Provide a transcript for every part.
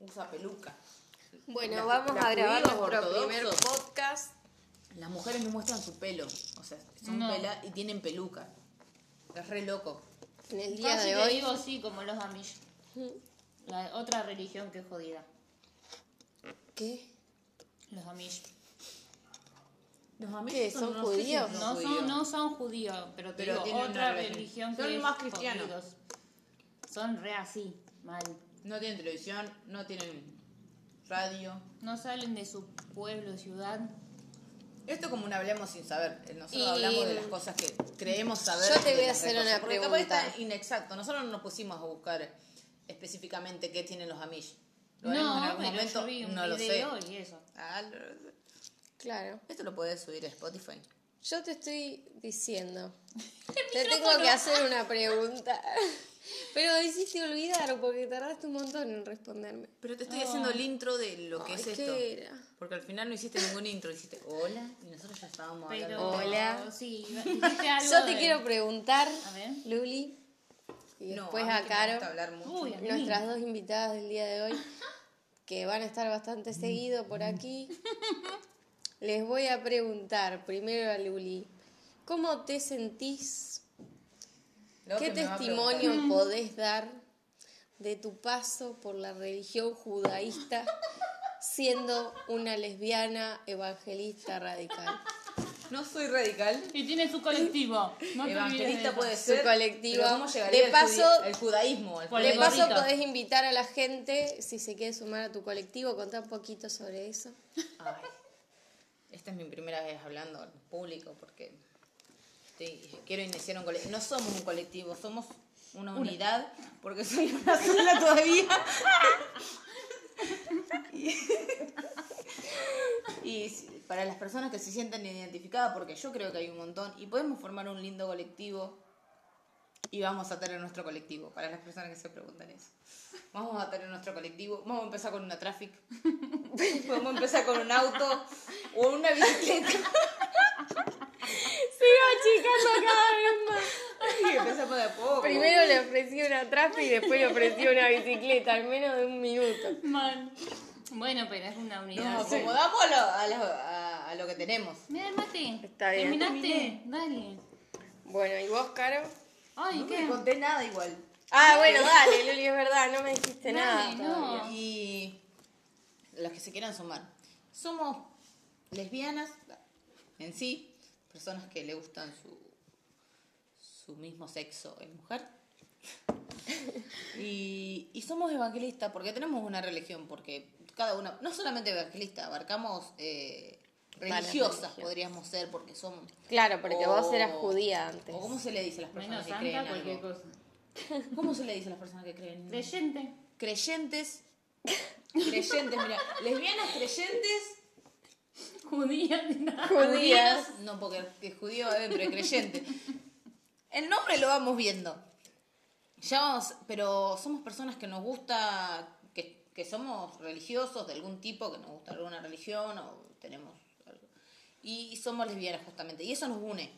usa peluca. Bueno, La- vamos la a grabar judíos nuestro ortodoxos. primer podcast. Las mujeres no muestran su pelo, o sea, son No. pela y tienen peluca. Es re loco. En el día Casi de te hoy. digo sí, como los Amish. La otra religión que es jodida. ¿Qué? Los Amish. Los ¿Qué, amigos son judíos? No son, no son judíos, pero te Pero digo, tienen una otra religión. religión que Son es más cristianos. jodidos. Son re así, mal. No tienen televisión, no tienen radio. No salen de su pueblo, ciudad. Esto como un hablamos sin saber. Eh, Nosotros Y- hablamos de las cosas que creemos saber. Yo te de voy a las hacer cosas. una Porque capaz pregunta. está inexacto. Nosotros no nos pusimos a buscar específicamente qué tienen los Amish. Lo haremos no, en algún pero momento, yo vi un no lo sé. video y eso. Ah, lo- Claro. Esto lo puedes subir a Spotify. Yo te estoy diciendo. Te tengo que hacer una pregunta. Pero me hiciste olvidar porque tardaste un montón en responderme. Pero te Ah. estoy haciendo el intro de lo que Ay, es ¿qué esto. era? Porque al final no hiciste ningún intro, hiciste hola y nosotros ya estábamos Pero, hablando. Hola. Sí, dijiste algo Yo te de- quiero preguntar, A ver. Luli, y No, después mí a que me Caro, gusta hablar mucho. Uy, a mí. nuestras dos invitadas del día de hoy, que van a estar bastante seguido por aquí. Les voy a preguntar primero a Luli, ¿cómo te sentís? Lo ¿Qué que me va a testimonio podés dar de tu paso por la religión judaísta siendo una lesbiana evangelista radical? preguntar. No soy radical. Y tiene su colectivo. No te olvides de Evangelista eso. puede Su ser. colectivo. pero ¿Cómo llegaría De el paso- judi- el judaísmo? El Por De el judaísmo? paso gorrito. podés invitar a la gente, si se quiere sumar a tu colectivo, contá un poquito sobre eso. Ay, esta es mi primera vez hablando al público porque estoy- quiero iniciar un colectivo. No somos un colectivo, somos una unidad porque soy una sola todavía. Y, y si- para las personas que se sientan identificadas, porque yo creo que hay un montón, y podemos formar un lindo colectivo y vamos a tener nuestro colectivo, para las personas que se preguntan eso. Vamos a tener nuestro colectivo, vamos a empezar con una traffic, podemos empezar con un auto o una bicicleta. Sigo achicando cada vez más. Y empezar por de a poco. Primero le ofrecí una trapa y después le ofrecí una bicicleta, al menos de un minuto. Man. Bueno, pero es una unidad. Nos acomodamos a lo, a lo- a- a lo que tenemos. Mira el mate. Está bien. Terminaste. Dale. Bueno, ¿y vos, Caro? Ay, No ¿qué? me conté nada igual. Ah, bueno, dale, Luli, es verdad, no me dijiste nada. Dale, no. todavía. Y los que se quieran sumar. Somos lesbianas en sí, personas que le gustan su, su mismo sexo en mujer. Y, y somos evangelistas porque tenemos una religión, porque cada una, no solamente evangelista, abarcamos eh, Varias religiosas, religiones. podríamos ser, porque somos... Claro, porque vos o- eras judía antes. ¿O cómo se le dice a las personas que Menos creen santa, cualquier algo? cosa. ¿Cómo se le dice a las personas que creen en algo? Creyente. creyentes. Creyentes, mira, lesbianas creyentes. Judía. Judías. No, porque es judío adentro, es creyente. El nombre lo vamos viendo. Ya vamos, pero somos personas que nos gusta, que, que somos religiosos de algún tipo, que nos gusta alguna religión o tenemos algo. Y somos lesbianas justamente, y eso nos une.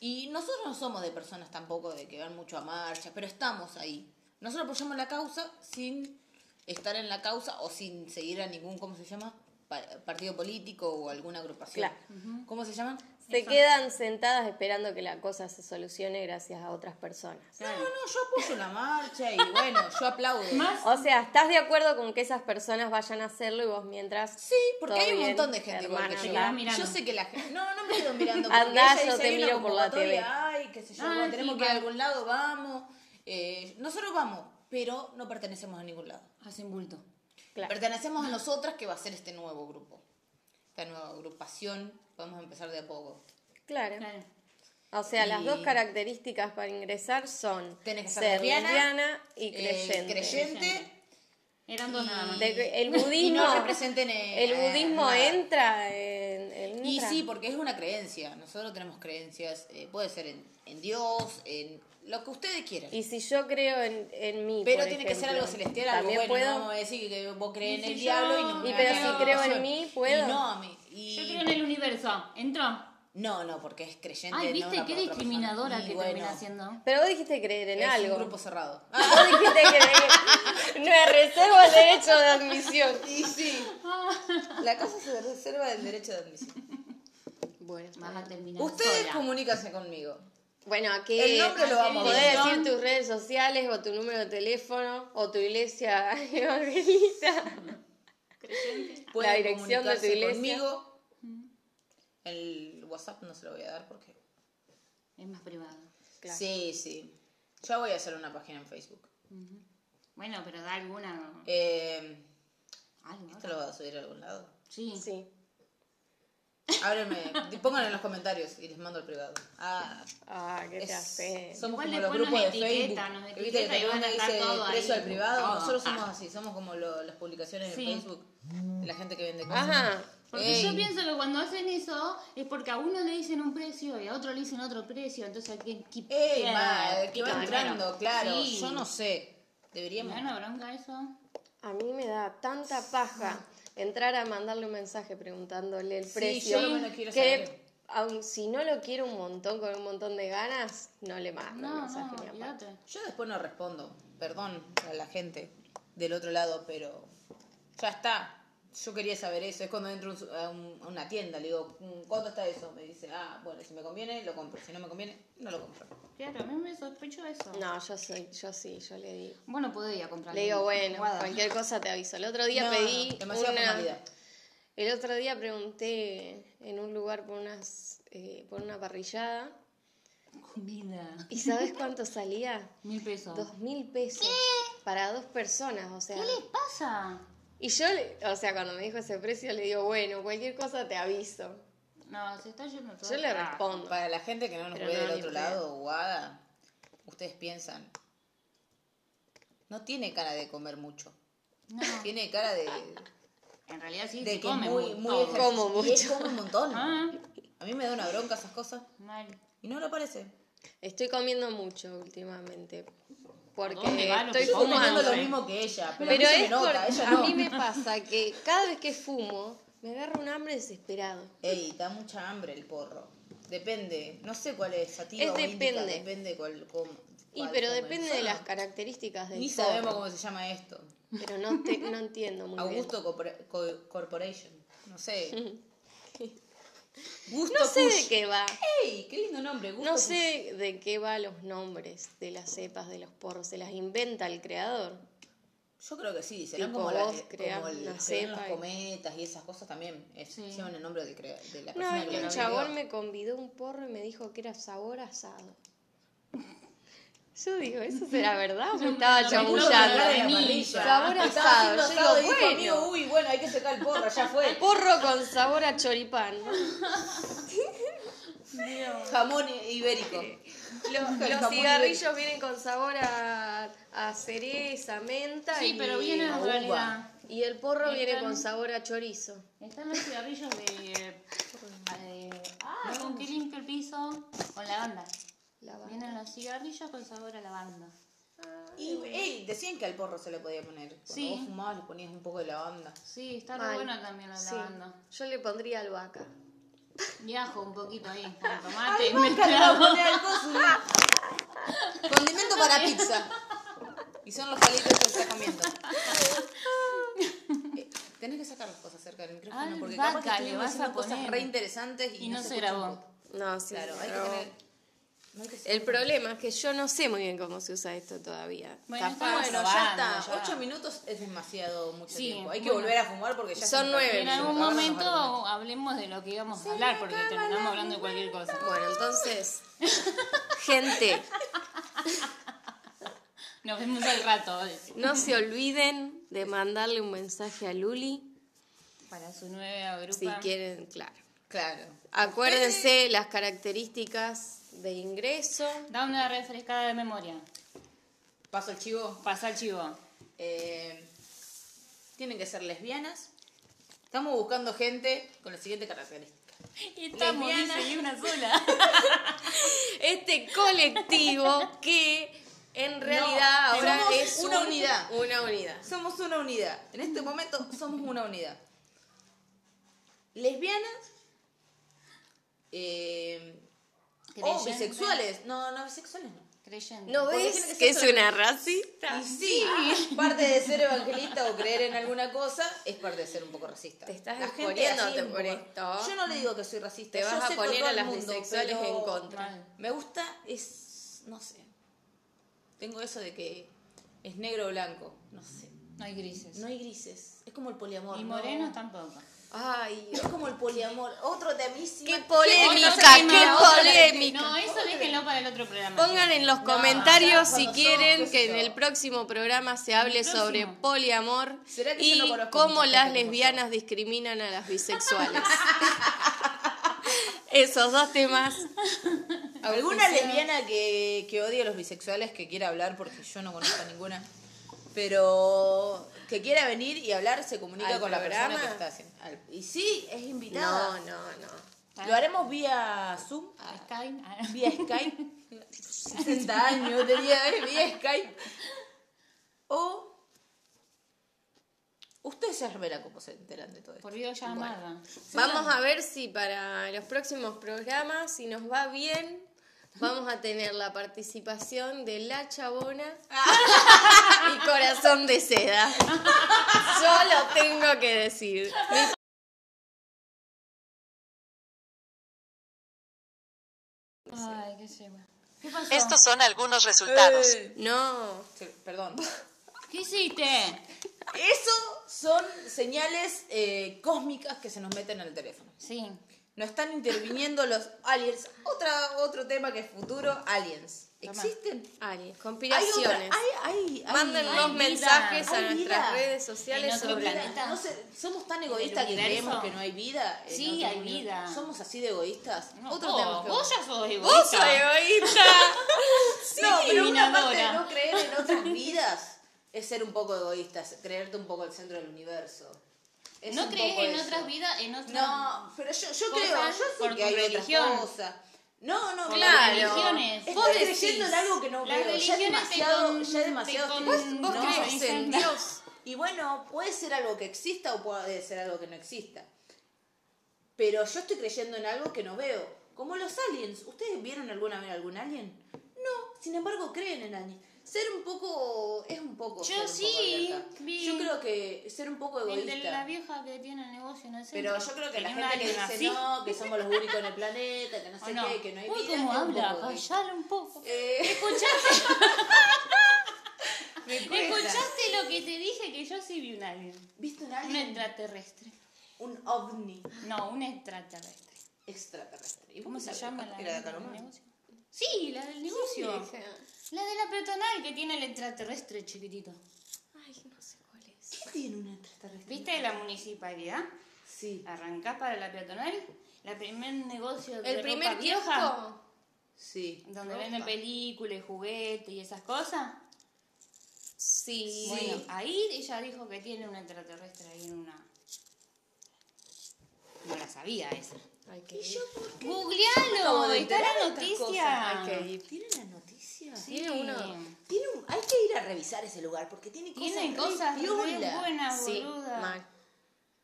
Y nosotros no somos de personas tampoco de que van mucho a marcha, pero estamos ahí. Nosotros apoyamos la causa sin estar en la causa o sin seguir a ningún, ¿cómo se llama? Pa- partido político o alguna agrupación. Claro. ¿Cómo se llaman? Se quedan sentadas esperando que la cosa se solucione gracias a otras personas. No, no, yo apoyo la marcha y bueno, yo aplaudo. Más O sea, ¿estás de acuerdo con que esas personas vayan a hacerlo y vos mientras... Sí, porque Todo hay un bien, montón de gente igual que hermana, yo. claro. Yo sé que la gente. No, no me quedo mirando. porque Andá, ella yo dice, te "Hay una miro por la convocatoria, TV". Ay, qué sé yo, Ah, bueno, sí, tenemos que ir va. a algún lado, vamos. Eh, nosotros vamos, pero no pertenecemos a ningún lado. hacen Ah, bulto. Claro. Pertenecemos a nosotras que va a ser este nuevo grupo. Esta nueva agrupación. Vamos a empezar de a poco. Claro. Claro. O sea, las Y- dos características para ingresar son Tenés que ser ser lesbiana, lesbiana y Eh, creyente. creyente. Eran dos nada más. De que el Y budismo, no representen. eh, el budismo nada. entra en, en- Y entra. sí, porque es una creencia. Nosotros tenemos creencias. eh, puede ser en, en Dios, en lo que ustedes quieran. Y si yo creo en, en mí, Pero por tiene que ejemplo, ser algo celestial, algo también bueno. puedo. No decir que vos crees en Y el si diablo y yo- no Y me pero hagas si la creo en razón. mí, puedo. Y no a mí. Y Yo creo en el universo. Ah, Entró. No, no, porque es creyente. Ay, no ¿viste una qué por otra persona. discriminadora Y que bueno, termina siendo? Pero vos dijiste creer en Es algo. un grupo cerrado. Vos dijiste creer. Me reservo el derecho de admisión. Y sí. La casa se reserva del derecho de admisión. Bueno, está Vas a bien. terminar Ustedes sola. comunícanse conmigo. bueno, aquí El nombre lo vamos a podés ver. decir tus redes sociales o tu número de teléfono o tu iglesia evangelista. Pueden La dirección de tu comunicarse iglesia. conmigo. El WhatsApp no se lo voy a dar porque. Es más privado. Claro. Sí, sí. Ya voy a hacer una página en Facebook. Bueno, pero da alguna... Eh, algo, ¿Esto lo vas a subir a algún lado? Sí. Sí. Ábreme, di- pongan en los comentarios y les mando el privado. Ah, Ah, qué es- te hace. somos Igual como los después grupos de nos etiqueta, Facebook. nos que etiqueta viste que y van uno a estar dice todo preso ahí. al privado. No, Nosotros ah. somos así, somos como lo- las publicaciones Sí. en Facebook de la gente que vende cosas. Ajá. Porque Ey. yo pienso que cuando hacen eso es porque a uno le dicen un precio y a otro le dicen otro precio, entonces hay que que- ¡Ey, Eh, que- ma! el Que va pica primero. entrando, claro. Sí. Yo no sé. ¿Me Deberíamos. da una bronca eso? A mí me da tanta paja entrar a mandarle un mensaje preguntándole el Sí, precio. yo no me lo quiero que, saber. aun si no lo quiero un montón con un montón de ganas, no le mando el No, no, mensaje ni a palo. olvídate. Yo después no respondo. Perdón a la gente del otro lado, pero ya está. Yo quería saber eso. Es cuando entro a un su- a un- a una tienda, le digo, "Mm, ¿cuánto está eso? Me dice, ah, bueno, si me conviene, lo compro. Si no me conviene, no lo compro. Claro, a mí me sospecho eso. No, yo soy, yo sí, yo le digo. Vos Ah, no podías comprar. Le digo, ningún- bueno, guada. cualquier cosa te aviso. El otro día No, pedí no, demasiada una- formalidad. El otro día pregunté en un lugar por unas eh, por una parrillada Comida. y ¿sabes cuánto salía? Mil pesos. Dos mil pesos para dos personas, o sea. ¿Qué les pasa? Y yo, le- o sea, cuando me dijo ese precio, le digo, bueno, cualquier cosa te aviso. No, se está yendo todo. Yo le el Ah. trabajo. respondo. Para la gente que no nos Pero ve no, del ni otro idea. lado, guada, ustedes piensan, no tiene cara de comer mucho. No, Tiene cara de, en realidad sí, de se que come muy, muy ejercicio. todo. Como Y él mucho. come un montón. Ah, A mí me da una bronca esas cosas. mal. Y no lo parece. Estoy comiendo mucho últimamente. Porque ¿Dónde va lo que Yo estoy estoy como? comiendo fumando. lo eh. mismo que ella, pero, a Pero mí se me es nota, porque ella a no. mí me pasa que cada vez que fumo, me agarra un hambre desesperado. Ey, da mucha hambre el porro. Depende, no sé cuál es, sativa Es o indica, depende. depende cuál, cómo- Y cuál pero comen. depende de las características del Ni porro. sabemos cómo se llama esto. Pero no, te- no entiendo muy bien. Augusto Corpora- Co- Corporation, no sé. Gusto No sé de Kush. qué va. Ey, qué lindo nombre, Gusto No Kush. sé de qué va los nombres de las cepas de los porros. Se las inventa el creador. Yo creo que sí, serán Tipo, como, la vos que- creás como el- una que ven los cepa y- cometas y esas cosas también. Es, Sí. Llevan el nombre del crea- de la No, persona que un lo chabón escribió. me convidó un porro y me dijo que era sabor asado. Yo digo, ¿eso será verdad o me estaba no, Me puso chamullando? la cara en la mí. parrilla. Sabor Estaba asado. haciendo Yo asado y digo, dijo, bueno. "Amigo, uy, bueno, hay que secar el porro, ya fue. Porro con sabor a choripán. Jamón ibérico. Los, El los jamón cigarrillos vienen con sabor a, a cereza, menta Sí, y, pero viene la en uva. realidad. y el porro Y viene están- con sabor a chorizo. Están los cigarrillos de. de- ah, con que limpio el piso. Con lavanda. La va- Vienen los cigarrillos con sabor a lavanda. Y ey, decían que al porro se le podía poner. Cuando Sí. vos fumabas le ponías un poco de lavanda. Sí, está Mal. re bueno también la Sí. lavanda. Yo le pondría albahaca. Y ajo un poquito ahí, con tomate y Nunca le va a mezclado. poner al coso, ¿no? Condimento para pizza. Y son los palitos que está comiendo. Eh, Tenés que sacar las cosas cerca del micrófono porque capaz que Albahaca le estuvimos vas haciendo a cosas poner. re interesantes y, Y no se escucha un grabó. poco. No, sí. Claro, sí, hay que no. tener. no hay que ser- El problema es que yo no sé muy bien cómo se usa esto todavía. Bueno, Capaz- estamos Bueno, ya probando, está. ya. Ocho minutos es demasiado mucho Sí, tiempo. Hay que bueno. volver a fumar porque ya Son se nos nueve. En acabaron algún los momento argumentos. hablemos de lo que íbamos a hablar, porque terminamos hablando de cualquier cosa. Bueno, entonces, gente, Nos vemos al rato. decimos. no se olviden de mandarle un mensaje a Luli Para su nueva grupa. si quieren, claro. Claro. Acuérdense las características de ingreso. Da una refrescada de memoria. Paso el chivo. Pasa el chivo. Eh, tienen que ser lesbianas. Estamos buscando gente con la siguiente característica. Y estamos, Lesbiana. dice, y una sola. Este colectivo que en realidad No, ahora somos es una un- unidad. Una unidad. Somos una unidad. En este Mm. momento somos una unidad. Lesbianas eh, o Creyente. Oh, bisexuales. No, no, bisexuales no. Creyente. ¿No Porque ves tiene que que ser es una racista? Y sí, parte de ser evangelista o creer en alguna cosa es parte de ser un poco racista. Te estás La gente exponiéndote así un por poco- esto. Yo no le digo que soy racista. Te yo vas a acepto poner todo a el las mundo, bisexuales pero en contra. Mal. Me gusta, es. no sé. Tengo eso de que es negro o blanco. No sé. No hay grises. No hay grises. Es como el poliamor. y ¿no? morenos tampoco. Ay, Es como el poliamor. Otro de mí sí qué me- Otro polémica, tema, qué otro polémica. No, eso déjenlo para el otro programa. Pongan en los ya, comentarios si cuando quieren somos, que qué sé en yo. el próximo programa se hable el próximo? sobre poliamor ¿Será que yo y no conozco cómo mucha las gente como lesbianas discriminan a las bisexuales. Esos dos temas. ¿Alguna lesbiana que, que odie a los bisexuales que quiera hablar? Porque yo no conozco a ninguna. Pero que quiera venir y hablar se comunica ¿Al con la persona programa? que está haciendo. al- y sí, es No, invitada. no, no. Lo haremos vía Zoom, Ah, Sky. ah, no. vía Skype. 60 años tenía, ¿eh? vía Skype. O. Ustedes ya verán cómo se enteran de todo esto. Por videollamada. Vamos a ver si para los próximos programas, si nos va bien, vamos a tener la participación de La Chabona Ah. y Corazón de Seda. Yo lo tengo que decir. Ay, qué lleva. ¿Qué pasó? Estos son algunos resultados. Eh, No. Sí, Perdón. ¿Qué hiciste? Eso son señales eh, cósmicas que se nos meten al teléfono. Sí. No están interviniendo los aliens. Otra, otro tema que es futuro, aliens. Tomá. ¿Existen? Aliens, Hay otra, hay, conspiraciones. hay, hay- Mándennos hay vida, mensajes a hay nuestras vida. redes sociales En otro hay sobre vida. planeta. No sé, somos tan egoístas que universo. creemos que no hay vida. en Sí, otro hay mundo. vida. Somos así de egoístas. No, otro vos, tema que vos ya sos egoísta. ¡Vos sos egoísta! Sí, no, pero una parte de adivinadora. no creer en otras vidas es ser un poco egoísta, es creerte un poco el centro del universo. Es No un crees poco en eso. otras vidas, en otras... No, pero yo, yo Cosas creo, yo sé por que tu hay religión. otras cosas. No, no, Por claro. las religiones. Estoy Vos decís, creyendo en algo que no las veo. Ya es religiones te demasiado, con- ya es demasiado te tiempo. con- ¿Vos No, crees dicen, en no. Dios? Y bueno, puede ser algo que exista o puede ser algo que no exista. Pero yo estoy creyendo en algo que no veo. Como los aliens. ¿Ustedes vieron alguna vez algún alien? No, sin embargo creen en aliens. Ser un poco. es un poco. Yo ser un poco sí, abierta. vi. Yo creo que ser un poco El egoísta. de la vieja que tiene el negocio en el centro. Pero yo creo que la Tenía gente que una dice alienación. no, que somos los únicos en el planeta, que no ¿O sé qué, que no hay Uy, vida. cómo es un habla, poco egoísta. callala un poco. Eh, ¿Escuchaste, me cuesta. ¿Escuchaste lo que te dije? Que yo sí vi un alien. ¿Viste un Un alien? extraterrestre. Un ovni No, un extraterrestre. extraterrestre. ¿Y ¿Cómo vos se sabés? llama la ¿Era de del acá nomás? negocio? Sí, la del negocio. La de la peatonal que tiene el extraterrestre chiquitito. Ay, no sé cuál es. ¿Qué tiene un extraterrestre? ¿Viste la municipalidad? Sí. Arrancás para la peatonal. La primer negocio de ¿El primer ropa vieja. kiosco? Sí. Donde Ropa. venden películas, y juguetes y esas cosas. Sí. Bueno, ahí ella dijo que tiene un extraterrestre ahí en una. No la sabía esa. Hay que ir. ¡Googlealo! Está la noticia. Hay que ir. ¿Tiene la noticia? Sí. Tiene uno. Tiene un- Hay que ir a revisar ese lugar porque tiene cosas, Tiene re cosas re piola. buenas, Sí, Ah, boluda. mal.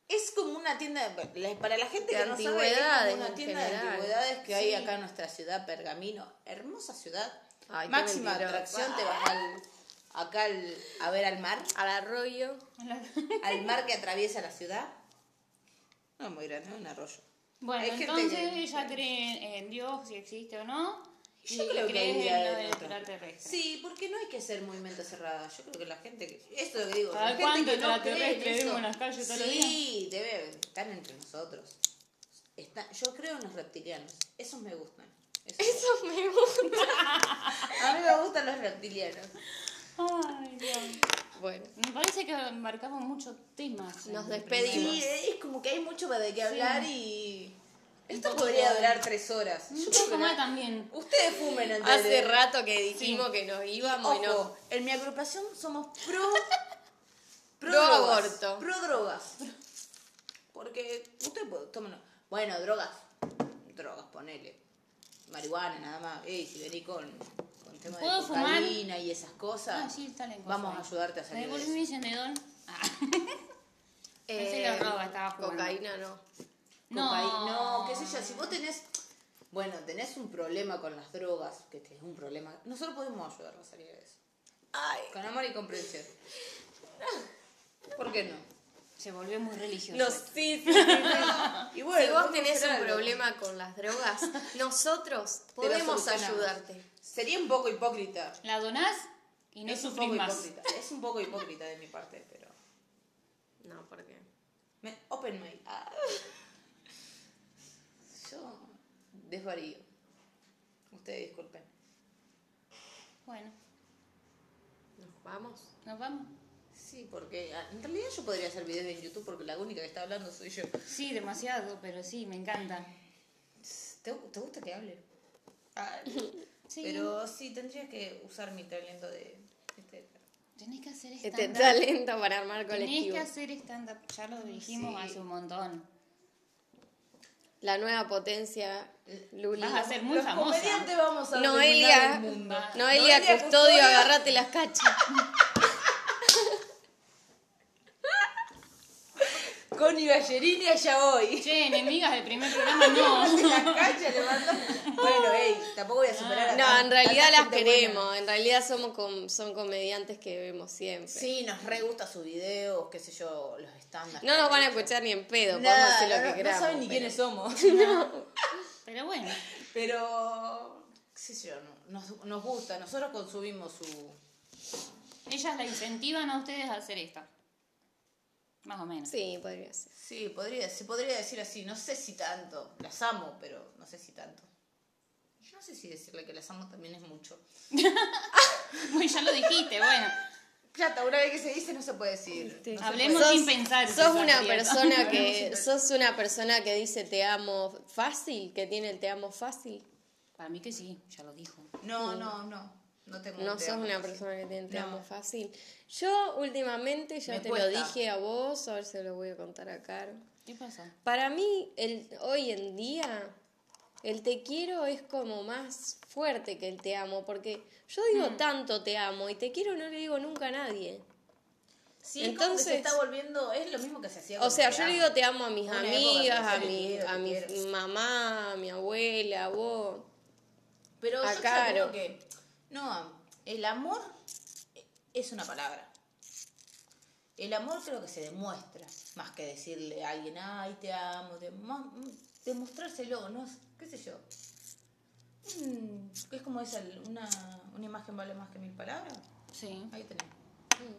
Es como una tienda, de- para la gente De que no sabe, es antigüedades como una en tienda de general. antigüedades que hay Sí. acá en nuestra ciudad, Pergamino. Hermosa ciudad. Ay, qué Máxima mentirosa. Ah. atracción, te vas al- acá al- a ver al mar, Al arroyo. al mar que atraviesa la ciudad. No es muy grande, es un arroyo. Bueno, Hay gente entonces que- ella cree en Dios, si existe o no. Yo y creo que cree hay en vida lo del dentro. extraterrestre. Sí, porque no hay que ser muy mente cerrada. Yo creo que la gente que. Eso es lo que digo. ¿Cada la gente cuánto que no cree en extraterrestre eso- vemos en las calles todos los Sí, debe. Están entre nosotros. Está- yo creo en los reptilianos. Esos me gustan. Esos- Eso me gusta. A mí me gustan los reptilianos. Ay, Dios. Bueno. Me parece que marcamos muchos temas. en Nos el despedimos. primero. Sí, es como que hay mucho para de qué hablar y. Esto poco podría de- durar tres horas. Yo Un creo poco que más la- también. Ustedes fumen antes Hace de- rato que dijimos que nos íbamos y Ojo, no. en mi agrupación somos pro. pro, Pro drogas, aborto. Pro drogas. Porque usted puede, tómalo. Bueno, drogas. Drogas, ponele. Marihuana, nada más. Ey, si venís con, con tema de ¿Puedo fumar? cocaína y esas cosas. Ah, sí, está la encuesta vamos a ahí. ayudarte a ¿Me salir de devolví eso. mi encendedor? Ah. Pensé que lo roba, estaba jugando. cocaína no. No. Cocaína, no, qué sé yo. Si vos tenés. bueno, tenés un problema con las drogas, que es un problema. Nosotros podemos ayudarnos a salir de eso. Ay, Con amor y comprensión. ¿Por qué no? Se volvió muy religioso. no, sí, sí, sí, sí. Y si vos vamos a tenés hacer un algo. problema con las drogas, nosotros Te lo podemos solucionamos. ayudarte. Sería un poco hipócrita. La donás y no es un sufrís poco más. hipócrita. Es un poco hipócrita de mi parte, pero. No, porque. Me, open mind. Ah. Yo desvarío. Ustedes disculpen. Bueno, Nos vamos. nos vamos. Sí, porque ah, en realidad yo podría hacer videos en YouTube porque la única que está hablando soy yo. Sí, demasiado, pero sí, me encanta. ¿Te, te gusta que hable? Sí. Pero Ah, sí, tendría que usar mi talento de... este- Tenés que hacer Este stand-up. talento para armar Tenés colectivo. que hacer stand-up. Ya lo dijimos Sí. hace un montón. La nueva potencia, Luli. Vas a ser muy Los famosa. comediantes vamos a Noelia, dominar el mundo. Va. Noelia Noelia, Custodio, Custodio. agarrate las cachas. Con Iballerini allá hoy. Che, enemigas del primer programa no. La calle le mandó- Bueno, ey, tampoco voy a superar a No, tan- en realidad tanta las gente buena. queremos. En realidad somos com- son comediantes que vemos siempre. Sí, nos re gusta sus videos, qué sé yo, los estándares. No nos van a escuchar ni en pedo. Nada, podemos hacer lo no, que no queramos. saben ni pero- quiénes somos. Pero bueno, Pero, qué sé yo, no- nos, nos gusta. Nosotros consumimos su... ellas la incentivan a ustedes a hacer esta. Más o menos. Sí, podría ser. Sí, podría, se podría decir así. No sé si tanto. Las amo, pero no sé si tanto. Yo no sé si decirle que las amo también es mucho. Bueno, ya lo dijiste, bueno. Plata, una vez que se dice no se puede decir. Sí. No se Hablemos pues, Sos- sin pensar. Sos una Sofía. persona que sos una persona que dice te amo fácil, que tiene el te amo fácil. Para mí que sí, ya lo dijo. puede- No, no, no. No tengo No un te sos amo, una sí. persona que tiene el te No. amo fácil. Yo últimamente ya Me te cuesta. lo dije a vos, a ver se lo voy a contar a Caro. ¿Qué pasa? Para mí el hoy en día el te quiero es como más fuerte que el te amo porque yo Mm. digo tanto te amo y te quiero no le digo nunca a nadie. Sí, es como que se Entonces- está volviendo, es lo mismo que se hacía. O con sea, te yo amo. le digo te amo a mis Una época amigas, donde a se le mi, quiero, a te mi quiero. mamá, a mi abuela, a vos. Pero a yo Caro. creo que. No, el amor es una palabra. El amor creo que se demuestra, más que decirle a alguien, ay, te amo, te amo", más, mm, demostrárselo, ¿no? ¿Qué sé yo? Mm, Es como esa, una, una imagen vale más que mil palabras. Sí. Ahí tenés.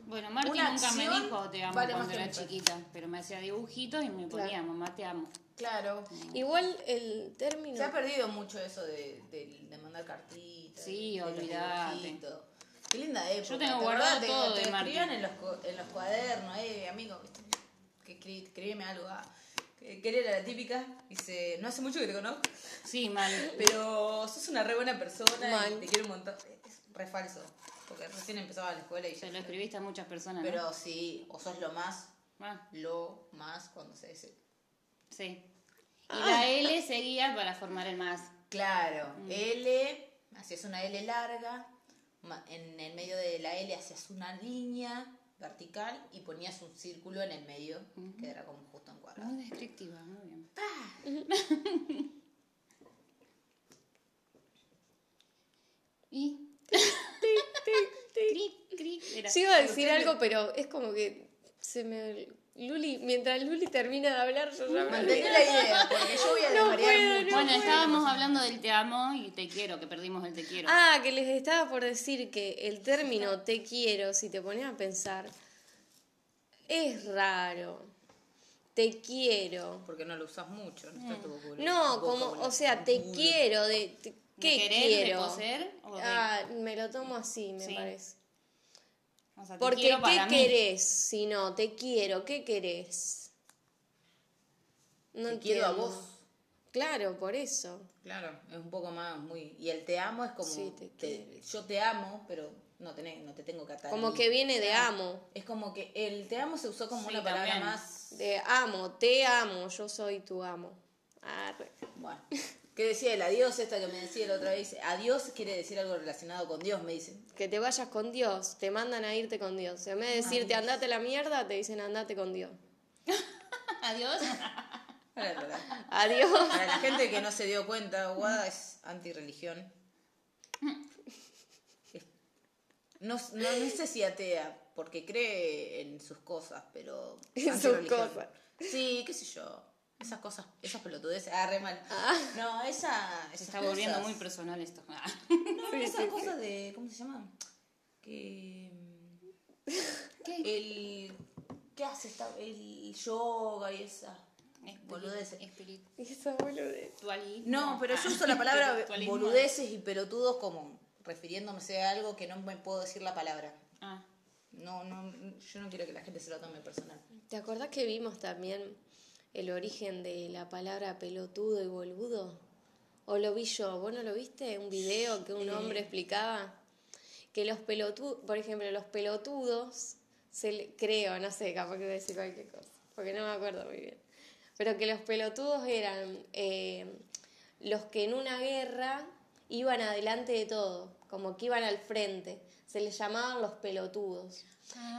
Bueno, Marti Una nunca me acción dijo te amo vale más cuando que era un peso. chiquita, pero me hacía dibujitos y me ponía Claro. mamá te amo. Claro. Igual el término. Se ha perdido mucho eso de, de- de mandar cartitas. Sí, de los olvidate. dibujitos. Qué linda época. Yo tengo ¿te guardado acordás? Te- todo te de Martín. escribían en los, cu- en los cuadernos, eh, amigo, viste, que escri- escribime algo. ah. Que que era la típica? Dice, no hace mucho que te conozco, Sí, mal. pero sos una re buena persona Mal. y te quiero un montón. Es re falso, porque recién empezaba la escuela y ya. Se lo escribiste a muchas personas, ¿no? Pero sí, o sos lo más, Ah, lo más cuando se dice. sí. Y Ah. la L seguía para formar el más. Claro, Mm. L, hacías una L larga, ma- en el medio de la L hacías una línea vertical y ponías un círculo en el medio, que era como justo en cuadrado. Muy descriptiva, muy bien. Ah. y cric, cric, era. Yo iba a decir algo, pero es como que se me. Luli, mientras Luli termina de hablar, yo ya me Mantení olvidé. la idea, porque yo voy a No desvariar puedo, mucho. Bueno, estábamos hablando del te amo y te quiero, que perdimos el te quiero. Ah, que les estaba por decir que el término te quiero, si te pones a pensar, es raro. Te quiero. Porque no lo usas mucho, no está tu vocabulario. Eh. No, como, o sea, te quiero, de. te- ¿De ¿Qué querer, quiero? de poseer? O de- Ah, me lo tomo así, me Sí. parece. o sea, te Porque, quiero ¿qué para mí. querés? Si no, te quiero, ¿qué querés? No Te quiero a entiendo. vos. Claro, por eso. Claro, es un poco más muy. Y el te amo es como. Sí, te quiero. yo te amo, pero no, tenés, no te tengo que atar. Como ahí. que viene de amo. Es como que el te amo se usó como Sí, una palabra también. más De amo, te amo, yo soy tu amo. Arre. Bueno, ¿qué decía el adiós esta que me decía la otra vez? Adiós quiere decir algo relacionado con Dios, me dicen. Que te vayas con Dios, te mandan a irte con Dios. En vez de decirte andate a la mierda, te dicen andate con Dios. Adiós. Para, para. Adiós. Para la gente que no se dio cuenta, Guada es antirreligión. No, no, no sé si atea, porque cree en sus cosas, pero. En sus antirreligión. cosas. Sí, qué sé yo. Esas cosas, esas pelotudeces. Ah, re mal. No, esa. Se esas está volviendo cosas- muy personal esto. Ah. No, esas cosas de. ¿Cómo se llama? Que. mm, ¿Qué? El. ¿Qué hace esta? El yoga y esa. Espiri- Boludeces. espiritualismo. Y esa boludez. No, pero Ah. yo uso la palabra Espiritualismo. boludeces y pelotudos como refiriéndome a algo que no me puedo decir la palabra. Ah. No, no, yo no quiero que la gente se lo tome personal. ¿Te acordás que vimos también el origen de la palabra pelotudo y boludo? ¿O lo vi yo? ¿Vos no lo viste? Un video que un hombre explicaba que los pelotudos, por ejemplo, los pelotudos, se le- creo, no sé, capaz que voy a decir cualquier cosa, porque no me acuerdo muy bien. Pero que los pelotudos eran eh, los que en una guerra iban adelante de todo, como que iban al frente. Se les llamaban los pelotudos.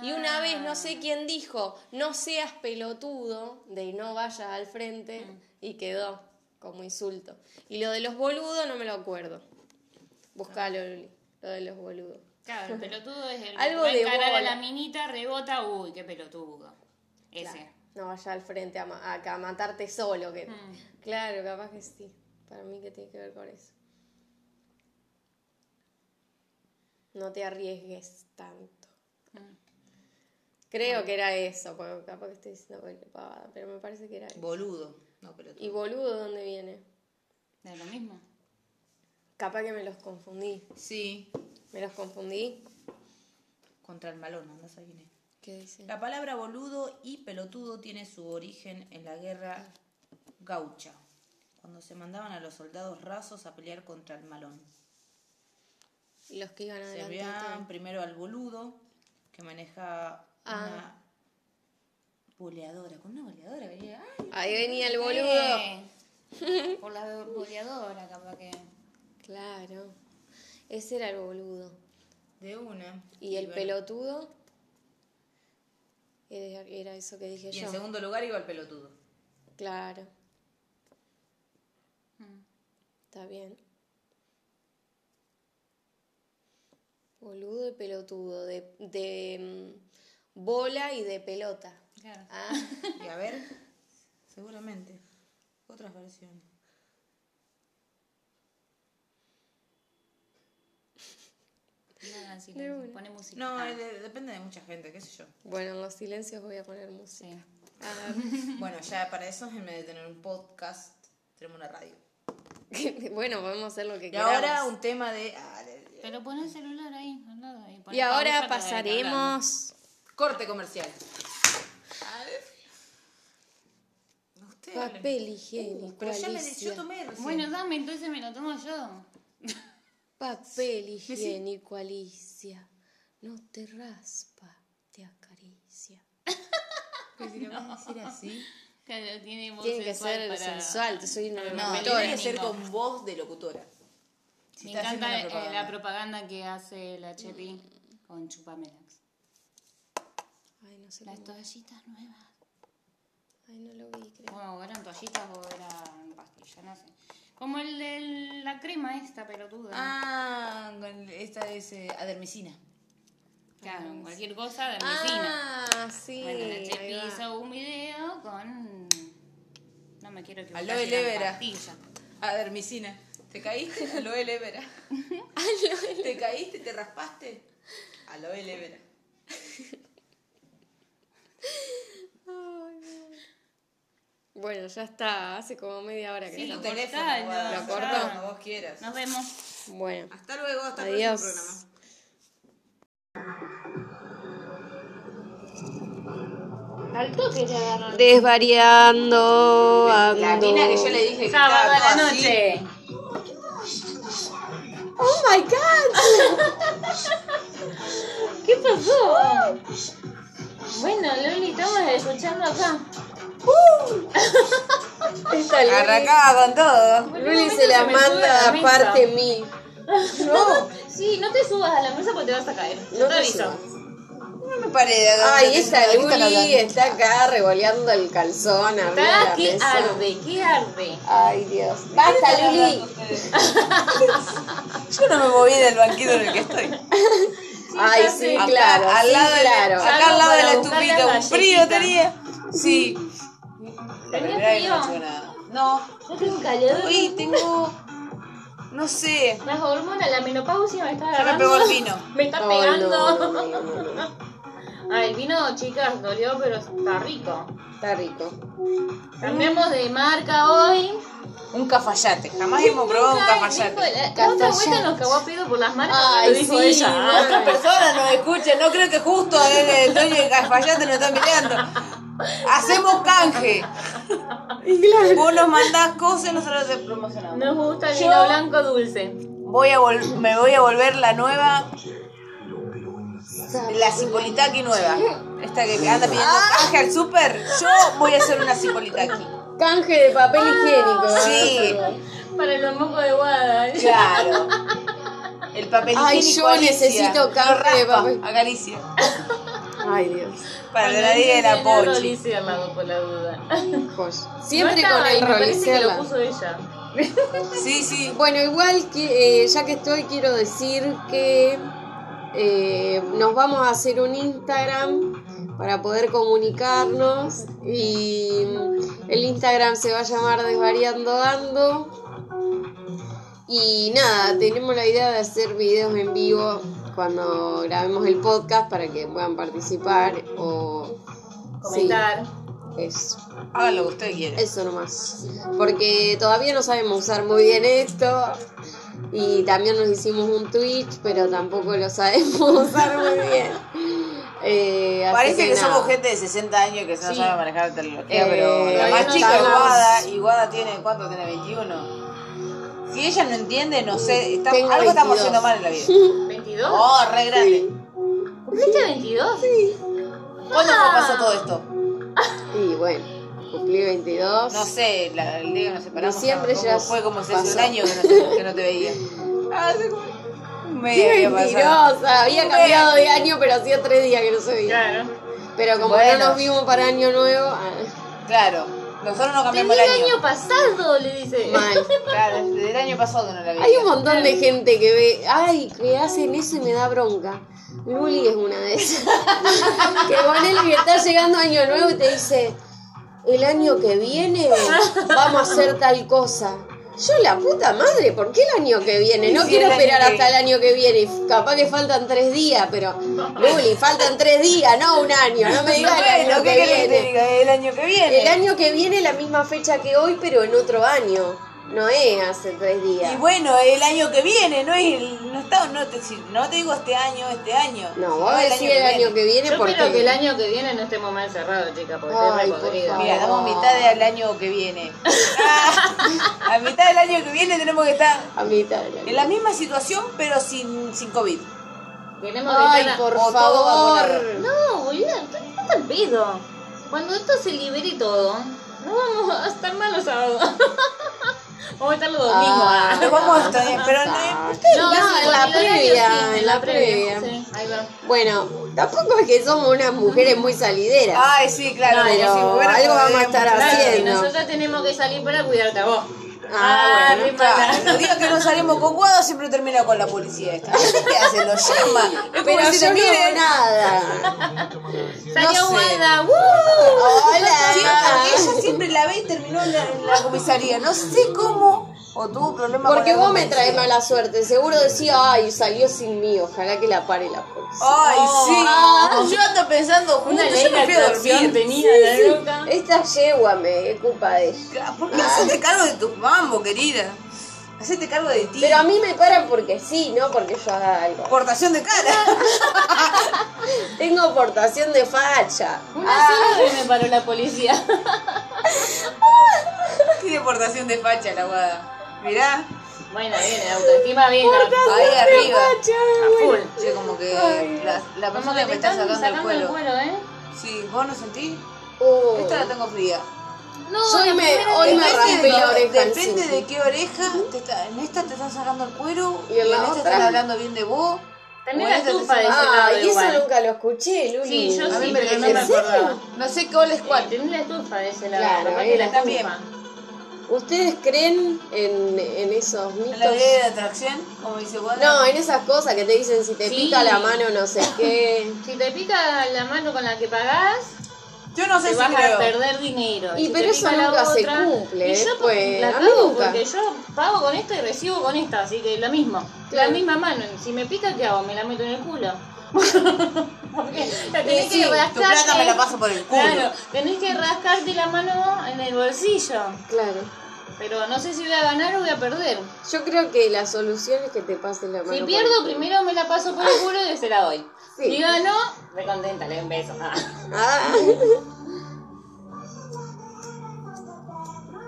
Y una vez no sé quién dijo, no seas pelotudo, de no vayas al frente, y quedó como insulto. Y lo de los boludos no me lo acuerdo. Buscalo, Luli, lo de los boludos. Claro, el pelotudo es el Algo que va a de encarar a bola. la minita, rebota, uy, qué pelotudo. Ese. No vayas al frente a, ma- a- a matarte solo. Que... Claro, capaz que sí. Para mí que tiene que ver con eso. No te arriesgues tanto. Creo que era eso, porque capaz que estoy diciendo cualquier pavada, pero me parece que era eso. Boludo, no pelotudo. ¿Y boludo dónde viene? ¿De lo mismo? Capaz que me los confundí. Sí, ¿Me los confundí? contra el malón, andás a quién es. ¿Qué dicen? La palabra boludo y pelotudo tiene su origen en la guerra gaucha, cuando se mandaban a los soldados rasos a pelear contra el malón. Los que iban Se adelante. de vean todo. primero al boludo, que maneja Ah. una boleadora. Con una boleadora venía. ah, ¡Ay! Ahí venía el boludo. Eh, Por la boleadora, capaz que. Claro. Ese era el boludo. De una. Y el bueno. pelotudo. Era, era eso que dije Y yo. en segundo lugar iba el pelotudo. Claro. Mm. Está bien. Boludo y pelotudo. De, de mm, bola y de pelota. Claro. Ah, Y a ver, seguramente. Otras versiones. Nada, si le pone música. No, Ah, eh, de- depende de mucha gente, qué sé yo. bueno, en los silencios voy a poner música. sí. Ah, Bueno, ya para eso, en vez de tener un podcast, tenemos una radio. bueno, podemos hacer lo que Y queramos. ahora un tema de. ah, de- de- Pero pon el celular ahí, al lado. Y, pon y la ahora pausa para ir hablando. pasaremos. corte comercial. Usted habla. Papel higiénico. Pero ya me yo Alicia. tomé recién. Bueno, dame, entonces me lo tomo yo. Papel higiénico, Alicia. No te raspa, te acaricia. Pero si lo vas a decir así. Claro, tiene voz Tiene que sensual ser para- sensual, te soy una No, Papel tiene locutora. que ser higiénico. con voz de locutora. Si Me está haciendo encanta una eh, propaganda. la propaganda que hace la Cherry con Chupamelax. Ay, no sé Las cómo. toallitas nuevas. Ay, no lo vi, creo. Bueno, o eran toallitas o eran pastillas, no sé. Como el de la crema esta pelotuda. Ah, con- esta es eh, adermicina. claro, cualquier cosa de medicina. Ah, sí. bueno, la Cherry ahí va. hizo un video con. No me quiero equivocar. Aloe si eran vera. pastillas. Adermicina. ¿Te caíste? Aloe vera. ¿Te caíste? ¿Te raspaste? Aloe vera. Bueno, ya está, hace como media hora que Sí. Tu estamos. teléfono, cortalo, guarda, lo guarda corto. Cuando vos quieras. Nos vemos. Bueno. Hasta luego, hasta el Adiós. próximo programa. Desvariando. La mina que yo le dije que estaba Sábado a la toda así. noche. Oh my god. ¿Qué pasó? Bueno, Loli, estamos escuchando acá. Esta Luli- Arrancaba con todo. Luli se la me sube manda a la mesa. aparte mí. Sí, no te subas a la mesa porque te vas a caer. No te aviso. subas. No me pared. Ay, esa Luli Luli está acá revoleando el calzón arriba de la ¿Qué mesa. arde? ¿Qué arde? Ay, Dios. Basta, Luli. Yo no me moví del banquito en el que estoy. Ay, sí, Acá, claro. al sí, lado de la- claro. acá al lado de la Salgo para estufita, buscar un la frío galletita. tenía. Sí. ¿Tenía Pero ahí no frío? me hizo nada. No. Yo tengo calor. Uy, tengo. No sé. Las hormonas, la menopausia me está Ya me agarrando. pegó el vino. Me está Ay, no, pegando. no, no, no, no. Ah, el vino, chicas, dolió, pero está rico. Está rico. Cambiamos de marca hoy. Un cafayate. Jamás hemos probado un Dijo cafayate. la- la otra vuelta Cafayate. nos cagó a pedo por las marcas. Ay, lo dijo sí, ella. no. Otras personas nos escuchan. No creo que justo el, el dueño de cafayate nos está mirando. Hacemos canje. Vos nos mandás cosas y nosotros te promocionamos. Nos gusta el Yo- vino blanco dulce. Voy a vol- me voy a volver la nueva. La Cipolitaki nueva. Esta que anda pidiendo Ah. canje al súper. Yo voy a hacer una Cipolitaki. Canje de papel higiénico. Sí, Para los mocos de guada. claro. El papel Ay, higiénico yo Alicia. necesito Lo canje de raspa papel. A Galicia. Ay, Dios. Para la nadie de la Pochi. pochi. al lado por la duda. Joya. Siempre No estaba con ahí, el me parece que lo rolicerla. puso ella. Sí, sí. Bueno, igual que eh, ya que estoy, quiero decir que eh, nos vamos a hacer un Instagram para poder comunicarnos y el Instagram se va a llamar Desvariando Dando. Y nada, tenemos la idea de hacer videos en vivo cuando grabemos el podcast para que puedan participar o Comentar. Sí, eso. Haga lo que usted quiera. Eso nomás. Porque todavía no sabemos usar muy bien esto. Y también nos hicimos un Twitch, pero tampoco lo sabemos usar muy bien. Eh, así Parece que, nada. somos gente de 60 años que no Sí. sabe manejar la tecnología, Eh, pero la todavía más no chica es estamos. Guada, y Guada tiene, ¿cuánto tiene? 21. Si ella no entiende, no sé, está- Tengo algo estamos 22. haciendo mal en la vida. ¿22? Oh, re grande. ¿Cumpliste Ah. 22? Sí. ¿Cuándo fue- pasó todo esto? Y bueno, cumplí 22. No sé, la- el día que nos separamos. Diciembre ¿cómo ya fue como si hace pasó. un año que no, te, que no te veía. Ah, hace como un mes ¡Qué había pasado. mentirosa! Ah, Había cambiado de año, pero hacía tres días que no se veía. Claro. Pero como Bueno. no nos vimos para año nuevo, ah, Claro, nosotros no Tenía cambiamos el el año. año pasado, le dice. mal. Claro, desde el año pasado que no la veía. Hay un montón de gente que ve, ay, que hacen eso y me da bronca. Luli es una de esas. que ponele que está llegando año nuevo y te dice, el año que viene vamos a hacer tal cosa. Yo la puta madre, ¿por qué el año que viene? No Sí, quiero el año esperar que hasta el año que viene. y Capaz que faltan tres días, pero Luli, faltan tres días, no un año. No me digas el Bueno, año ¿qué que querés que te viene. diga? El año que viene. El año que viene la misma fecha que hoy, pero en otro año. No es hace tres días. Y bueno, el año que viene, no es el, no está, no te, si- no te digo este año, este año. No, vos decís el año que viene Yo porque. espero que el año que viene no estemos más encerrados, chicas, porque estoy Ay, por repodrida. favor. Mira, estamos a mitad del año que viene. Ah, a mitad del año que viene tenemos que estar A mitad del en año. la misma situación, pero sin, sin COVID. Tenemos que Ay, estar- por o todo favor. vacunado. No, boluda, ¿qué qué tal pedo? Cuando esto se libere todo, no vamos a estar mal los sábados. vamos a estar los domingos. Ah, ah. Vamos a estar- pero no, Ah, ustedes- No, sí, en la con el horario previa, sí, en la previa. Sí, ahí va. Bueno, tampoco es que somos unas mujeres muy salideras. Ay, sí, claro. Pero como Ah, si fuera- algo vamos a estar Claro, Claro, y haciendo. nosotros tenemos que salir para cuidarte a vos. Ah, bueno, re mala. claro, Los días que no salimos con Guado siempre termina con la policía esta. ¿Qué hace? Lo llama. Es como Pero si yo te no veo miren. nada. Salió sé. Wanda, ¡woo! Hola. Siempre- ella siempre la ve y terminó en la, en la comisaría. No sé cómo. O tuvo problemas Porque con la vos me traes comisaría. mala suerte. Seguro decía, ay, salió sin mí. Ojalá que la pare la policía. Ay, sí. Ah. Yo ando pensando, Una justo, ley yo de me fui a atracción dormir. tenía la loca. Esta yegua me es culpa de ella. Ah, ¿Por qué hacete cargo de tu mambo, querida? Hacete cargo de ti. Pero a mí me paran porque sí, no porque yo haga algo. Portación de cara. Tengo portación de facha. Una sola vez me paró la policía. Tiene portación de facha la guada. Mirá, bueno, bien, la autoestima bien. a- ahí arriba. a full. Che, como que la, la Como persona que me te está están sacando, el cuelo. ¿eh? Sí, ¿vos no sentís? Oh. Esta la tengo fría. No, Yo hoy la me- primera hoy vez- Depende me- este raspé de- la oreja al Depende cinti. de qué oreja. te está- en esta te están sacando el cuero Y en la esta otra. están hablando bien de vos. También Bueno, la eso te tufa de suena- ese Ah, lado y eso igual. nunca lo escuché, Lulu. Sí, yo A mí sí, me pero no lo me dicen. acordaba. No sé cuál es Eh, cuál. Tenés la estufa de ese lado, Claro, capaz eh, que la también. estufa. ¿Ustedes creen en, en esos mitos? La ley de atracción, como dice Wanda. No, en esas cosas que te dicen si te Sí. pica la mano no sé qué. Si te pica la mano con la que pagás, Yo no sé te si vas creo. a perder dinero. Y Si pero te eso pica la nunca se otra- cumple, Y yo pues, la a mí cago nunca. porque yo pago con esta y recibo con esta, así que lo mismo. Claro. La misma mano. Si me pica, ¿qué hago? Me la meto en el culo. porque Eh, la tenés Y sí, que tu plata me la rascarte. paso por el culo. Claro, tenés que rascarte la mano en el bolsillo. Claro. Pero no sé si voy a ganar o voy a perder. Yo creo que la solución es que te pases la mano. Si por pierdo, el- primero me la paso por el culo y se la doy. Sí. Si gano, me contenta, le doy un beso. Ah. Ah.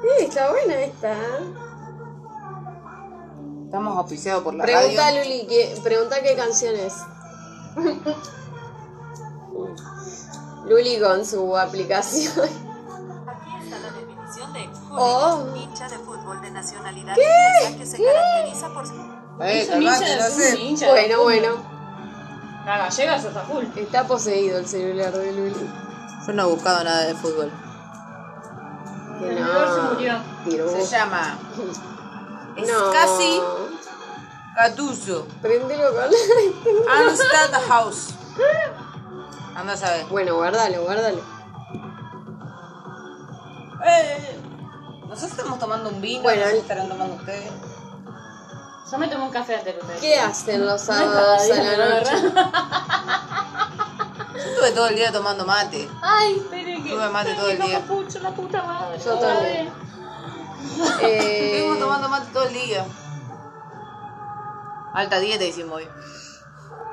Eh, está buena esta. Estamos auspiciados por la Pregunta radio. Luli, ¿qué, pregunta qué canción es. Luli con su aplicación. Aquí está la definición de hooligan, Oh. hincha de fútbol de nacionalidad inglesa que se caracteriza por su Eh, Es un calmate, hincha, no es un sé. hincha. Bueno, bueno. La gallega sos a full. Está poseído el celular de Luli. Yo no he buscado nada de fútbol. Que El no. vendedor se murió. Tiró. Se llama. Es No. casi Catuso. Prendelo con la- Amstad House. Anda a saber. Bueno, guárdalo, guárdalo. Eh, Nosotros estamos tomando un vino, Bueno, bueno, el- estarán tomando ustedes. Yo me tomo un café antes de ustedes. ¿Qué hacen los No sábados estaba a bien, la noche? verdad. Yo estuve todo el día tomando mate. Ay, pero que. Tuve mate ay, todo el no día. capucho, la puta madre. Yo otra también. vez. Eh, Estuvimos tomando mate todo el día. Alta dieta hicimos hoy.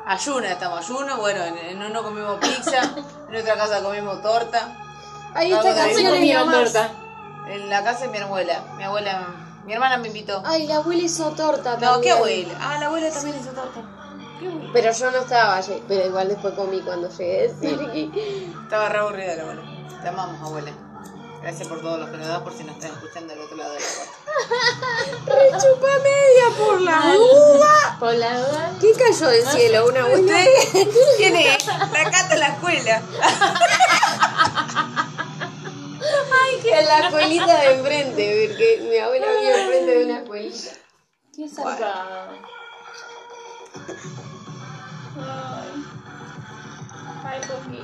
Ayuna, estamos ayuno. Bueno, en, en uno comimos pizza, en otra casa comimos torta. Ahí esta Vamos a canción ver. es mi Comieron mamá. torta. En la casa de mi abuela. Mi abuela, mi hermana me invitó. Ay, la abuela hizo torta No, ¿qué también. abuela? Ah, la abuela también hizo torta. Pero yo no estaba allí. Pero igual después comí cuando llegué. sí. Estaba re aburrida la abuela. Te amamos, abuela. Gracias por todo lo que nos das, por si nos estás escuchando del otro lado de la puerta. Rechupa media por la uva. Por la duda. ¿Qué cayó del cielo? ¿Una abuela? ¿Quién es? La cata en la escuela. En la escuelita de enfrente. Porque mi abuela vive enfrente de una escuelita. ¿Qué es acá? Ay. Ay, Dios mío.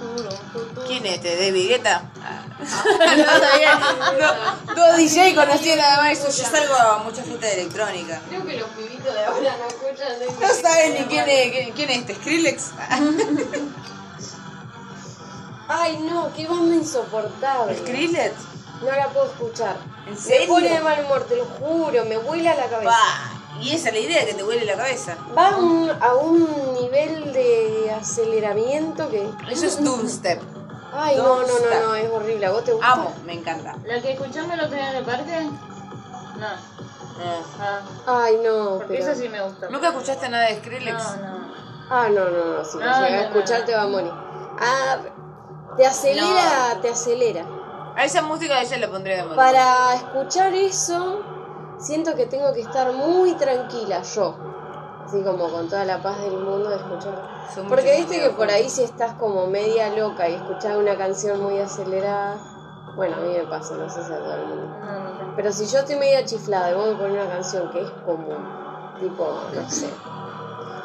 Juro, juro. ¿Quién es este? ¿De Vigueta? No sabía. Dos DJ conocían además eso. Yo salgo a muchas fiestas de electrónica. Creo que los pibitos de ahora no escuchan. No saben ni quién es, quién- quién es este, Skrillex. Ay, no, qué banda insoportable. ¿Skrillex? No la puedo escuchar. ¿En Me pone de serio? mal humor, te lo juro, me vuela la cabeza. Pa, Y esa es la idea que te huele la cabeza. Va a un- a un nivel de aceleramiento que. Eso es Doomstep. Ay, no, no, no, Doomstep. no, es horrible. ¿A vos te gusta? Amo, me encanta. ¿La que escuchamos el otro día en el parque? No. No. Ah, Ay, no, porque pero. esa sí me gustó. ¿Nunca escuchaste nada de Skrillex? No, no. Ah, no, no, no, si lo No, llegas no, a no, escuchar no. te va a morir. Ah, te acelera, te acelera. A esa música ella la pondría de moda. Para escuchar eso, siento que tengo que estar muy tranquila yo. Así como con toda la paz del mundo de escuchar. Son Porque muchas viste que músicas por ahí si estás como media loca y escuchás una canción muy acelerada, bueno, a mí me pasa, no sé si a todo el mundo. No, no, no. Pero si yo estoy media chiflada y vos me pones una canción que es como, tipo, no sé,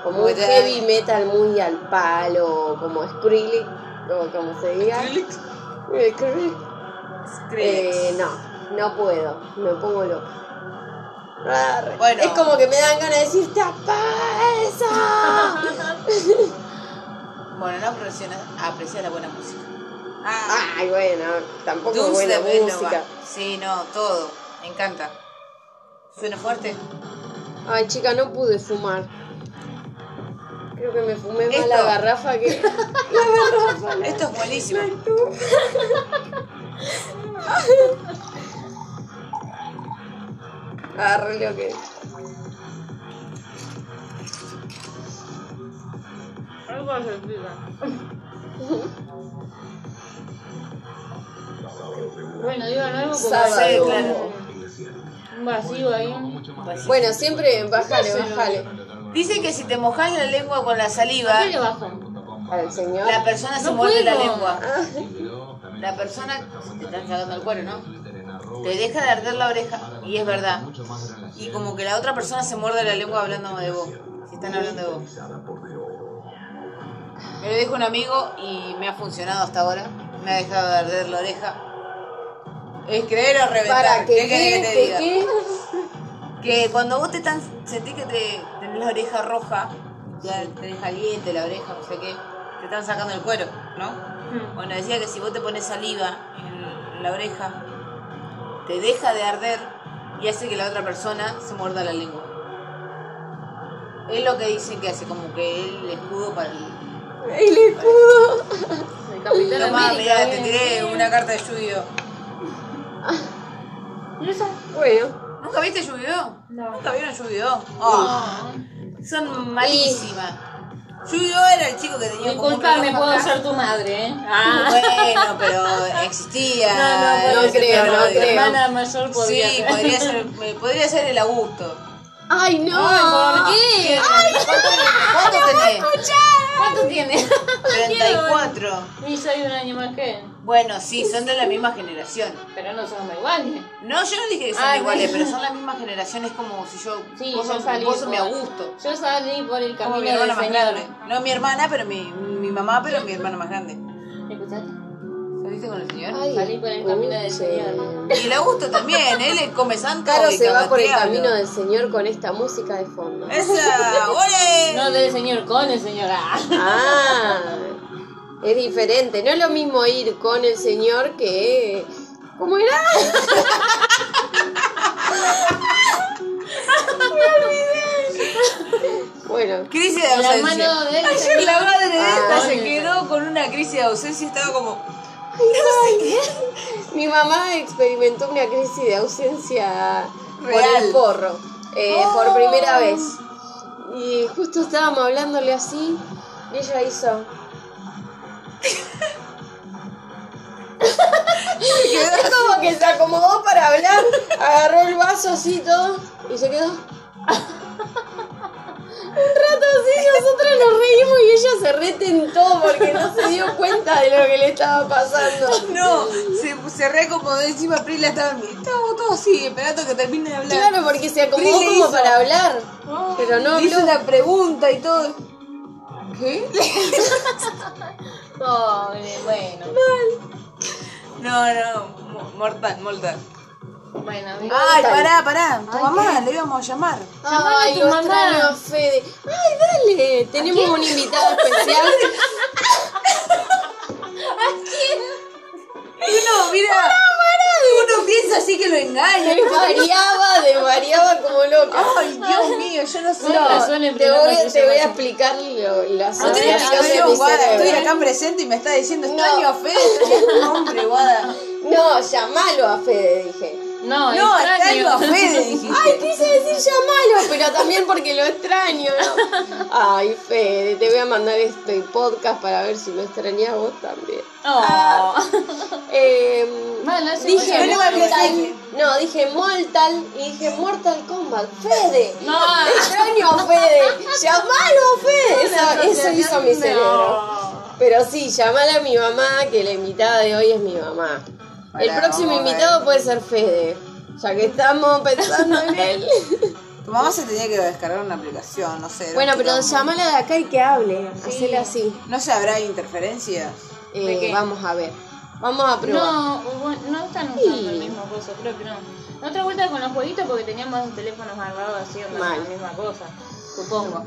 como un Metal. heavy metal muy al palo, como Skrillex, o como se diga. Skrillex. Eh, Skrillex. Skrillex. Eh, no, no puedo, me pongo loca. Arre. Bueno. Es como que me dan ganas de decir, tapa eso. Bueno, no aprecias, aprecias la buena música. Ay, bueno, tampoco es Dulce buena de Bueno, música. va. Sí, no, todo. Me encanta. ¿Suena fuerte? Ay, chica, no pude fumar. Creo que me fumé más Esto. la garrafa que... la garrafa. la- Esto es buenísimo. Agarré lo Ah, que. Algo se explica. Bueno, digo nuevo porque Sábado. hay Sí, un- claro. un vacío ahí. Pues Bueno, siempre bajale, bajale. Dicen que si te mojas la lengua con la saliva, ¿Qué le bajan? Al señor. la persona se No muerde la puedo. lengua. La persona te están sacando el cuero, ¿no? Te deja de arder la oreja, y es verdad. Y como que la otra persona se muerde la lengua hablando de vos. Si están hablando de vos. Me lo dijo un amigo y me ha funcionado hasta ahora. Me ha dejado de arder la oreja. Es creer o reventar. Para que ¿Qué querés que te quede, diga? que- Que cuando vos te tan, sentís que te tenés la oreja roja, ya tenés caliente la oreja, no sé qué, te están sacando el cuero, ¿no? Bueno, decía que si vos te pones saliva en la oreja, te deja de arder y hace que la otra persona se muerda la lengua. Es lo que dicen que hace, como que el escudo para el... El escudo. El Capitán Tomá, América. mirá, te tiré una carta de lluvio. Bueno, ¿Nunca viste Yu-Gi-Oh? No. ¿Nunca vieron Yu-Gi-Oh? Oh. Son malísimas. Yu-Gi-Oh era el chico que tenía como un Disculpa, me reloj puedo acá. ser tu madre. ¿eh? Bueno, pero existía. No, no, no ese creo, tema, no digo. Mi creo. hermana mayor podría Sí, ser. podría ser, me- podría ser el Augusto. Ay, no. ¿Por qué? ¿Cuánto cuánto tenés? ¿Cuánto tiene? 34. Y soy un año más que él. Bueno, sí, son de la misma generación. Pero no somos iguales. No, yo no dije que son Ay, iguales, bueno. pero son la misma generación. Es como si yo. Sí, vos yo sos, salí vos sos por- mi Augusto. Yo salí por el Como camino mi del hermana más Señor. grande. No mi hermana, pero mi, mi mamá, pero mi hermana más grande. ¿Me escuchaste? ¿Saliste con el señor? Ay, Salí por el camino del puche. Señor. Y el Augusto también, él es comezán Caro se va por el cabateable. camino del Señor con esta música de fondo. ¡Esa! ¡Ole! No del Señor, con el Señor. Ah. Ah, es diferente. No es lo mismo ir con el Señor que. ¿Cómo era? bueno, Crisis de El ausencia. hermano de él. Ayer la madre de esta Ah, se coño. quedó con una crisis de ausencia y estaba como... mi mamá experimentó una crisis de ausencia por Real. el porro eh, por primera vez. Y justo estábamos hablándole así y ella hizo. Se quedó Es como que se acomodó para hablar, agarró el vaso así todo y se quedó. Un rato así, nosotros nos reímos y ella se retentó porque no se dio cuenta de lo que le estaba pasando. No, se, se recomodó encima Pri la estaba... Estábamos todos así, esperando que termine de hablar. Claro, porque se acomodó Pri le como hizo- para hablar, pero no Le hizo habló. una pregunta y todo. ¿Qué? Pobre, bueno. No, no, mo- mortal, mortal. Bueno, Ay, pará, pará. Tu mamá, le íbamos a llamar. Ay, lo extraño a Fede. Ay, dale, tenemos un invitado especial. Uno, mira. Uno piensa así que lo engaña. Variaba, desvariaba como loca. Ay, Dios mío, yo no sé. Con No, razón, en te primer voy, lugar, te voy a yo- explicar lo- las No aplicaciones de tiene explicación, mi Guada. Estoy cerebro. acá presente y me está diciendo No. extraño a Fede, extraño a tu nombre, Guada. No, llamalo a Fede, dije. No, No, extraño. extraño a Fede, dijiste. Ay, quise decir llamalo, pero también porque lo extraño. ¿no? Ay, Fede, te voy a mandar este podcast para ver si lo extrañas vos también. Oh. Ah. Eh, Bueno, ese dije fue el Mortal, no, dije Mortal y dije Mortal Kombat. Fede, No, extraño a Fede, llamalo a Fede. Eso, eso hizo mi cerebro. Pero sí, llamala a mi mamá, que la invitada de hoy es mi mamá. Hola, El próximo vamos a invitado puede ser Fede, ya que estamos pensando en él. Tu mamá se tenía que descargar una aplicación, no sé. era Bueno, un pero quilombo. llámala de acá y que hable, hacele así. No se habrá interferencias. Eh, ¿De qué? vamos a ver, vamos a probar. No, bueno, no están usando el mismo coso, creo que no. La otra vuelta con los jueguitos porque teníamos los teléfonos al lado haciendo Mal. la misma cosa, supongo.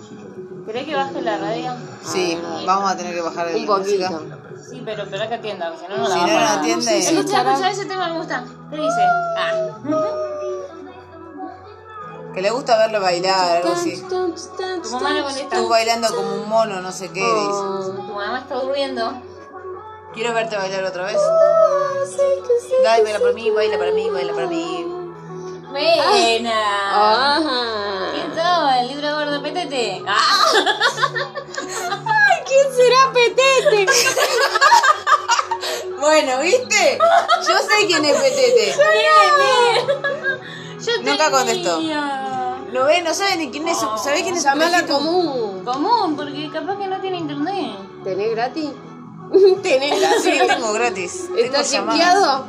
¿Querés que baje la radio? Sí, vamos a tener que bajar el Un poquito. Sí, pero espera que atienda, porque si no, no la Si no, vamos no a- atiende. Escucha, escucha, ese tema me gusta. ¿Qué dice? Ah. Que le gusta verlo bailar, algo así. Tu mamá no conecta. Tú bailando como un mono, no sé qué. dice. Oh. Tu mamá está durmiendo. Quiero verte bailar otra vez. Oh, Dale, baila para mí, baila para mí, baila para mí. Buena. Ah. Ajá. Esto, el libro gordo, petete. Ah. Ay, ¿quién será Petete? Bueno, ¿viste? Ah, Yo sé quién es Petete. Bien, bien. Yo Nunca tenía. contestó. Lo ve, no sabe ni quién es. su- ¿Sabés quién es su Llamala viejito? común. Común, porque capaz que no tiene internet. ¿Tenés gratis? ¿Tenés Sí, gratis? tengo gratis. Tengo ¿Está llamadas. chequeado?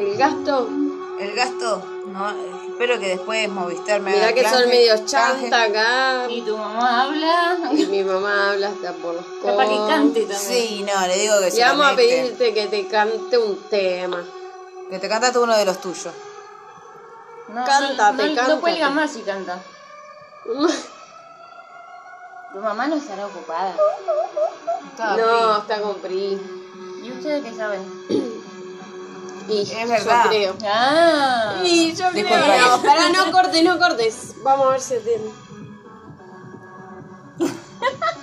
¿El gasto? El gasto, no, eh, espero que después Movistar me Mirá haga que son canje, medios canje. chanta acá. Y tu mamá habla. Y mi mamá habla hasta por los codos. Capaz que cante también. Sí, no, le digo que Y se vamos a conecte. pedirte que te cante un tema. Que te cantaste uno de los tuyos. No, Cántate, no, no, cántate. No cuelga más si canta. Tu mamá no estará ocupada. No, está con PRI. ¿Y ustedes qué saben? Y Es verdad. yo creo. Ah. Y yo creo. Disculpa. No, pará, no cortes, no cortes. Vamos a ver si atiende.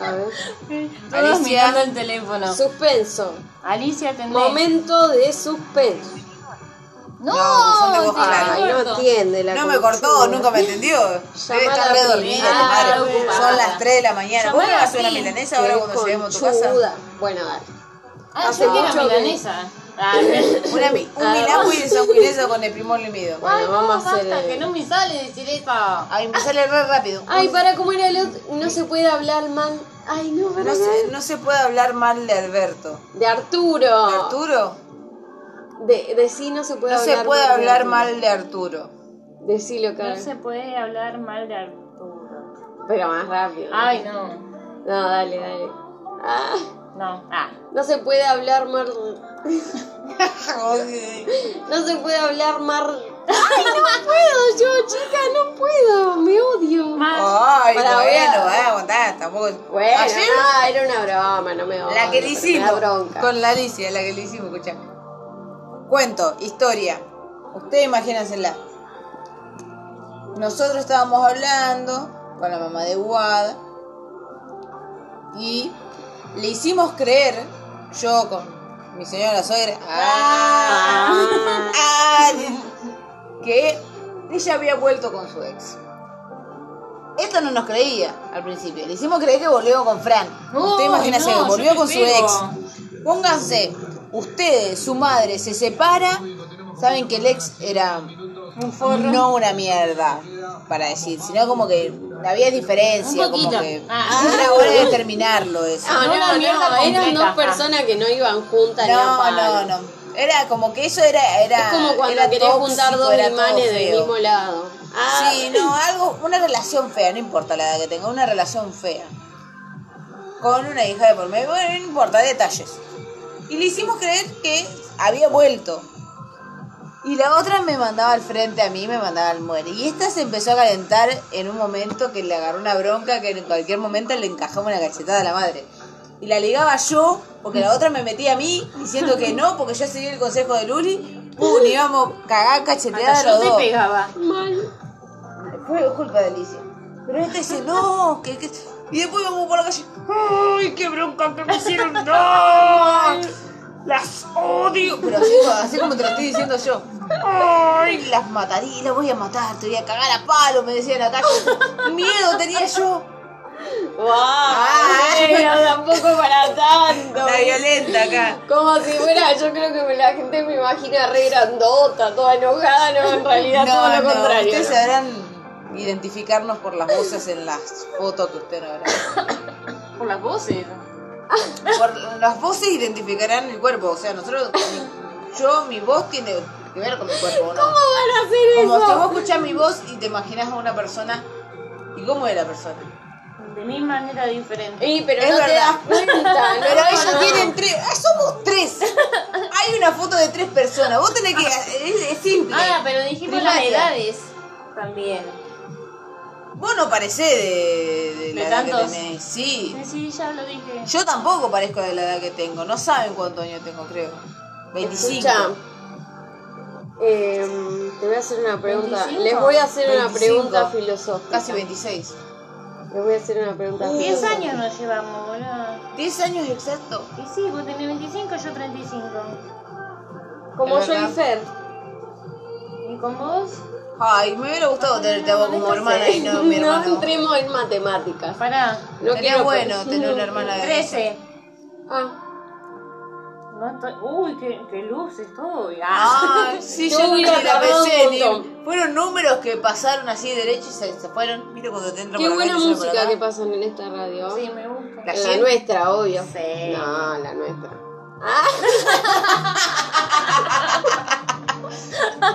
A ver. Todos Alicia. mirando el teléfono. Suspenso. Alicia atendé. Momento de suspenso. No, buzón de voz te clara. está Ay, no corto. entiende la Ah, No me cortó, consigna. nunca me entendió. Debe estar re a la dormida, primera. tu madre. Ah, ocupada. Son las 3 de la mañana. ¿Vos no vas a hacer una sí. milanesa ahora Qué cuando lleguemos a tu conchuda. casa? Bueno, dale. Ah, Hace yo quiero mucho que- milanesa. Ah, no. Una, mi- un milagro y sanguinesa con el primor limido. Bueno, Ay, no, vamos a basta, hacer. que no me sale decir eso. Ay, me sale re rápido. Ay, para cómo era el otro. No se puede hablar man. Ay, no, para No se, no se puede hablar mal de Alberto. De Arturo. ¿De Arturo? De, de sí no se puede No hablar se puede de hablar Arturo. mal de Arturo. Decilo, No cara. se puede hablar mal de Arturo. Pero más rápido. ¿no? Ay, no. No, dale, dale. Ah, No. Ah. no se puede hablar mal. No se puede hablar mal. Ay, no puedo yo, chica, no puedo. Me odio. Ay, Para bueno, ver. eh, aguantá, tampoco. Bueno, Ayer, no, era una broma, no me odio. la que le pero me da hicimos. bronca. Con la Alicia, la que le hicimos, escuchá. Cuento, historia. Ustedes imagínensela. Nosotros estábamos hablando con la mamá de Wad y le hicimos creer, yo con mi señora suegra, ah, ah, que ella había vuelto con su ex. Esto no nos creía al principio. Le hicimos creer que volvió con Fran. Usted imagínense, no, volvió yo con te su pego. ex. Pónganse, ustedes, su madre se separa. Saben que el ex era no una mierda, para decir, sino como que había diferencia, Un poquito. como que Ah, ah. era hora de terminarlo eso. Ah, No, no, la no, mierda eran completa, dos ajá. personas que no iban juntas ni a No, palo. no, no. Era como que eso era. era Es como cuando era querés tóxico, juntar dos era todo imanes del feo. mismo lado. Ah, Sí, no, algo, una relación fea, no importa la edad que tenga, una relación fea. Con una hija de por medio, bueno, no importa, detalles. Y le hicimos creer que había vuelto. Y la otra me mandaba al frente a mí, me mandaba al muere. Y esta se empezó a calentar en un momento que le agarró una bronca que en cualquier momento le encajaba una cachetada a la madre. Y la ligaba yo, porque la otra me metía a mí diciendo que no, porque yo seguí el consejo de Luli. Pum, íbamos cagar cacheteada Hasta los yo dos. te pegaba. mal. Fue culpa de Alicia. Pero este dice, no, que, que... Y después vamos por la calle. ¡Ay, qué bronca que me hicieron! ¡No! ¡Las odio! Pero así, así como te lo estoy diciendo yo. ¡Ay, las mataría! ¡Las voy a matar! ¡Te voy a cagar a palo! Me decían acá. ¡Miedo tenía yo! Wow, pero eh, tampoco para tanto. Ah, La violenta acá. Como si fuera, yo creo que me- la gente me imagina re grandota, toda enojada, no, en realidad todo lo contrario. Ustedes ¿no? sabrán identificarnos por las voces en las fotos que ustedes no verán. Por las voces. Por las voces identificarán el cuerpo. O sea, nosotros. mi- yo, mi voz tiene que ver con mi cuerpo, ¿no? ¿Cómo van a hacer Como si eso? vos escuchás mi voz y te imaginas a una persona. ¿Y cómo es la persona? De mi manera diferente. Y, pero Es no te verdad. das cuenta, ¿no? Pero ellos No. tienen tres. ¡Ah, somos tres! Hay una foto de tres personas. Vos tenés que. Es, es simple. Ah, pero dijimos las Primaria. edades. También. Vos no parecés de, de la De edad que tantos. tenés. Ah, Sí. Sí, ya lo dije. Yo tampoco parezco de la edad que tengo. No saben cuántos años tengo, creo. 25. Escucha, em, te voy a hacer una pregunta. 25. Les voy a hacer una 25. pregunta filosófica. Casi 26. Les voy a hacer una pregunta 10 filosófica. años nos llevamos, boludo. 10 años exacto. Y sí, vos tenés 25, yo 35. Como Es yo verdad. y Fer. ¿Y con vos? Ay, me hubiera gustado tenerte a vos como hermana y no mi hermano. No entremos en matemáticas. Pará. No Sería quiero pues. bueno pensar. tener una hermana de 13. Ah, No estoy... Uy, qué, qué luz estoy. Ah. Ah, sí, Yo yo hubiera nunca la tardado pensé, un ni- montón. Fueron números que pasaron así derecho y se, se fueron. Mira cuando te entra Qué por acá y buena te sale por música acá. que pasan en esta radio. Sí, me gusta. la La gente- nuestra, obvio. Sí. No, la nuestra.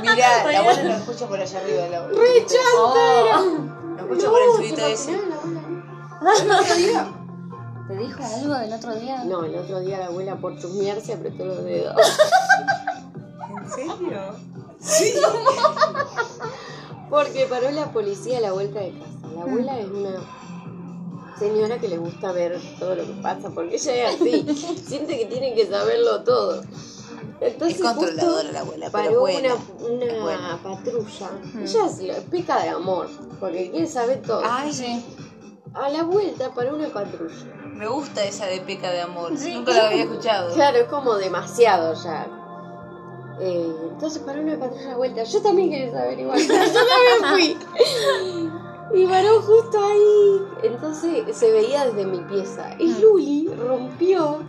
Mirá, la abuela lo escucha por allá arriba. La abuela. Oh. Lo escucha por el subito ese. Ah, ¿Te dijo algo del otro día? No, el otro día la abuela por chusmear se apretó los dedos. ¿En serio? Porque paró la policía a la vuelta de casa. La abuela es una señora que le gusta ver todo lo que pasa porque ella es así. Siente que tiene que saberlo todo. Entonces, Es controladora justo la abuela, pero paró buena, una, una es buena. patrulla. Ella se lo explica de amor, porque quiere saber todo. Ay, A la vuelta paró una patrulla. me gusta esa de peca de amor. Nunca la había escuchado. Claro, es como demasiado ya. Eh, entonces paró una patrulla de vuelta. Yo también quería saber igual. Yo también fui. Y paró justo ahí. Entonces se veía desde mi pieza. Y Luli rompió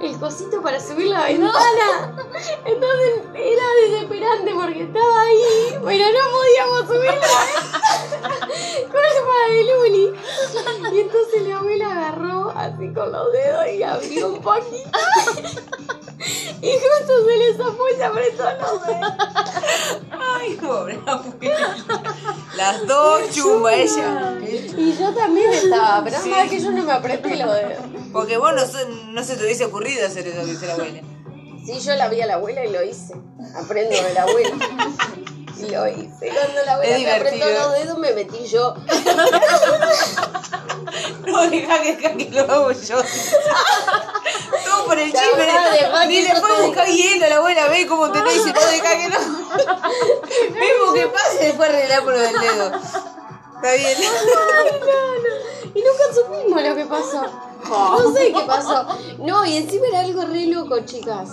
el cosito para subir la ventana. Entonces era desesperante porque estaba ahí, pero no podíamos subir la ventana. Culpa de Luli. Y entonces la abuela agarró así con los dedos y abrió un poquito. Y justo se les apoya apretó los dedos. Ay, pobre abuela. Las dos chumba ella. Y yo también estaba, pero es más que yo no me apreté los dedos. Porque vos no, se- no se te hubiese ocurrido hacer eso que hizo la abuela. Sí, yo la vi a la abuela y lo hice. Aprendo de la abuela. Y lo hice. Cuando la abuela Es me apretó divertido. los dedos, me metí yo. No, deja que, deja que lo hago yo. Todo por el Ya, chisme. ya, dejá Ni que le yo puedo te- buscar hielo a la abuela. Ve cómo te dice. No, deja que no. Vemos que pasa y después arreglamos lo del dedo. Está bien. Ay, no, no. Y nunca supimos lo que pasó. No sé qué pasó. No, y encima era algo re loco, chicas.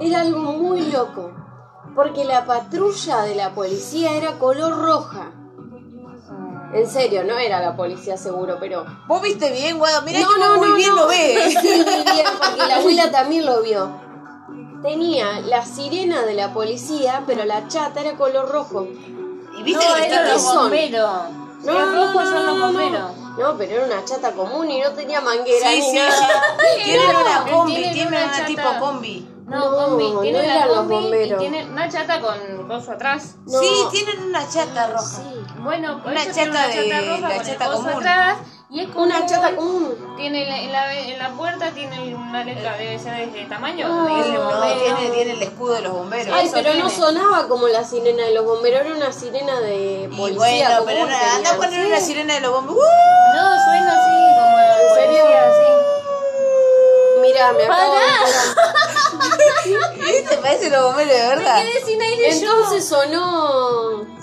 Era algo muy loco. Porque la patrulla de la policía era color roja. En serio, no era la policía seguro, pero... Vos viste bien, Guado. Mirá no, que vos no, muy no, bien no. lo ves. Sí, muy bien, porque la abuela también lo vio. Tenía la sirena de la policía, pero la chata era color rojo. Y viste que era está los todo- bomberos. No, los no, rojos no, son los no, bomberos. No, pero era una chata común y no tenía manguera Sí, ni sí. nada. Tienen una combi. tienen Tienen una una chata. tipo combi. No, No, combi. no Tiene la eran los combi y bomberos. tiene una chata con coso atrás. No. Sí, tienen una chata roja. Bueno, por Una eso tiene chata de- roja la con el chata coso común. atrás y es como Una chata común. Tiene la- en la, en la puerta tiene una letra debe ser de este tamaño. Ah. Dice No, bombero. tiene, tiene el escudo de los bomberos. Ay, eso pero tiene. no sonaba como la sirena de los bomberos, era una sirena de Y policía. bueno, común, pero no, tenía, anda a poner sí. una sirena de los bomberos. No, suena así como la ¿En serio? policía, así. Mira, me acabo de enterar. ¿Viste? Parece los bomberos, de verdad. Entonces sonó.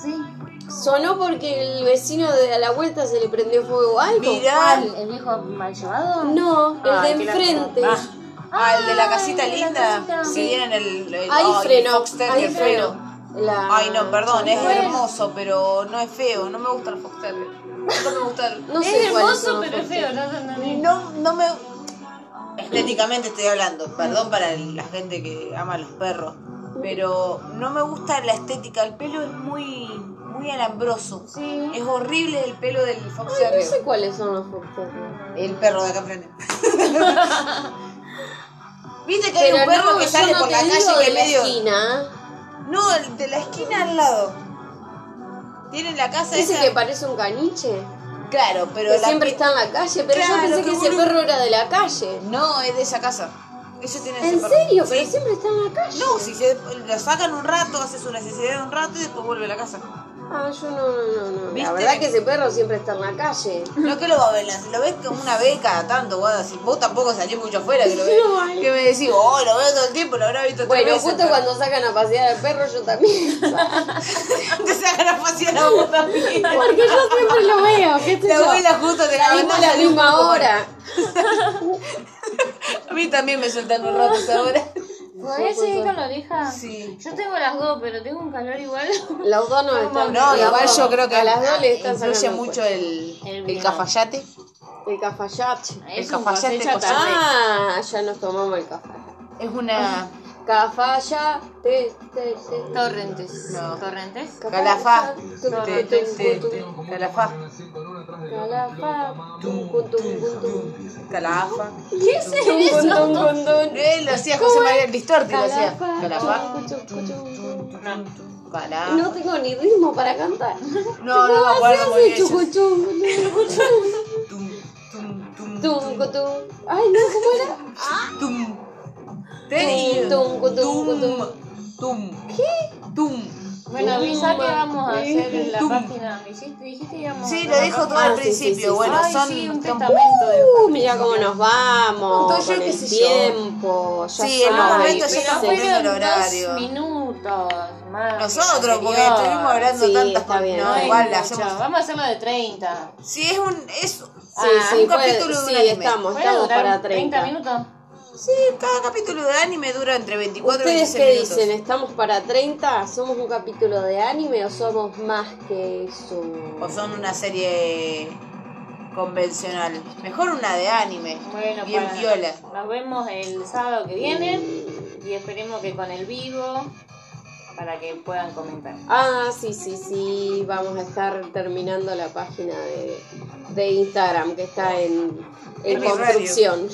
Sonó porque el vecino de a la vuelta se le prendió fuego a algo. Mirá. ¿El viejo mal llevado? No, el Ay, de qué enfrente. lástima. Ah. Al de la casita el de la linda. casita. Si vieron el, el- Ahí ay, frenó. Foxtel, Ahí el feo. frenó. La- Ay, no, perdón, es Bueno, hermoso, pero no es feo. No me gusta el Foxtel. Nunca me gusta el... No sé es cuáles hermoso, son los pero es feo. Foxtel. No, no, no, no. No, no me. Estéticamente estoy hablando, perdón para el- la gente que ama a los perros, pero no me gusta la estética. El pelo es muy muy alambroso. Sí. Es horrible el pelo del Fox de No arriba. sé cuáles son los Foxtel. El perro de acá enfrente. ¿Viste que Pero hay un perro no, que yo sale no por te la digo calle de que la medio. esquina. No, el de la esquina al lado. Tienen la casa Dice esa. que parece un caniche. Claro, pero que la siempre pi- está en la calle. Pero Claro, yo pensé que que ese boludo. perro era de la calle. No, es de esa casa. Ellos tienen ese ¿En perro. serio? Sí. Pero siempre está en la calle. No, si se, lo sacan un rato, hace su necesidad un rato y después vuelve a la casa. Ah, yo no, no, no. no. ¿Viste? La verdad que ese perro siempre está en la calle. No que lo va a ver, lo ves como una vez cada tanto, guada. Si vos tampoco salís mucho afuera, que lo ves. No, que me decís, oh, lo veo todo el tiempo, lo habrá visto tres Bueno, veces, justo pero cuando sacan a pasear al perro, yo también. Te sacan a pasear a vos también. Porque yo siempre lo veo. ¿Qué te La abuela justo te Salimos a la misma hora. A mí también me sueltan un rato esa hora. ¿Podés seguir con la oreja? Sí. Yo tengo las dos, pero tengo un calor igual. Las dos nos están. No, las igual dos- yo creo que A las dos le están influye sacando mucho el, el, El el video. cafayate. cuerpo. el cafayache. Es El un cafayate cosecha cosete. tarde. Ah, ya nos tomamos el café. Es una. Cafalla, te, te, te. Torrentes. No. ¿Torrentes? Calafá. Tum, Te- tum, te- tum, te- tum. te- Calafá. Calafá, tum, tum, tum, tum. Calafa. Tum, tum, tum, tum. Eh, Él lo hacía José María el Distorte, lo hacía. Calafá, Calafá. cuchu, cuchu, cuchu. Ah. Calafá. No tengo ni ritmo para cantar. No, no me acuerdo muy Hace bien. chucu, chucu, chucu, chucu. Tum, tum, tum, Tum, cu, tum. Ay, no, ¿cómo era? Ah. tum. Tenía. Tum, tum, tum, Tum, tum. Tum. Bueno, avisa que vamos a hacer en la Tum. página. Me hiciste- dijiste que íbamos Sí, a lo hacer dijo la todo al Ah, sí, sí, sí, sí. principio. Bueno, Ay, son. sí, un son- testamento de Uh, mira cómo nos vamos. Entonces, yo con qué el sé yo. tiempo. Ya Sí, en un saben, momento ya ¿viste? está Pero cumpliendo fueron el horario. Dos minutos más. Nosotros, que porque anterior. estuvimos hablando Sí, tantas está bien. No, Ay, igual mucho. hacemos. Vamos a hacerlo de 30. Sí, es un. Es Sí, ah, sí, un puede- capítulo de un sí, anime. estamos, ¿Puede estamos durar para 30. minutos? Sí, cada capítulo de anime dura entre 24 y ¿Ustedes 26 qué minutos. dicen? ¿Estamos para 30? ¿Somos un capítulo de anime o somos más que eso? O son una serie convencional. Mejor una de anime. Bueno, bien para- viola. Nos vemos el sábado que viene y esperemos que con el vivo para que puedan comentar. Ah, sí, sí, sí. Vamos a estar terminando la página de, de Instagram que está en, en En mi construcción.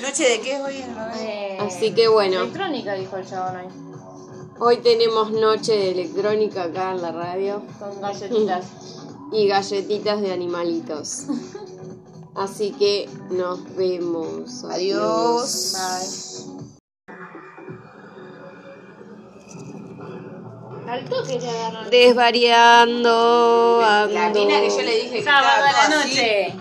¿Noche de qué es hoy? Eh, Así que bueno. Electrónica, dijo el chabón ahí. Hoy tenemos noche de electrónica acá en la radio Con galletitas. y galletitas de animalitos. Así que nos vemos. Adiós. Bye. Al toque ya agarró. Desvariando. La ando. mina que yo le dije que Sábado a estaba la todo así. noche.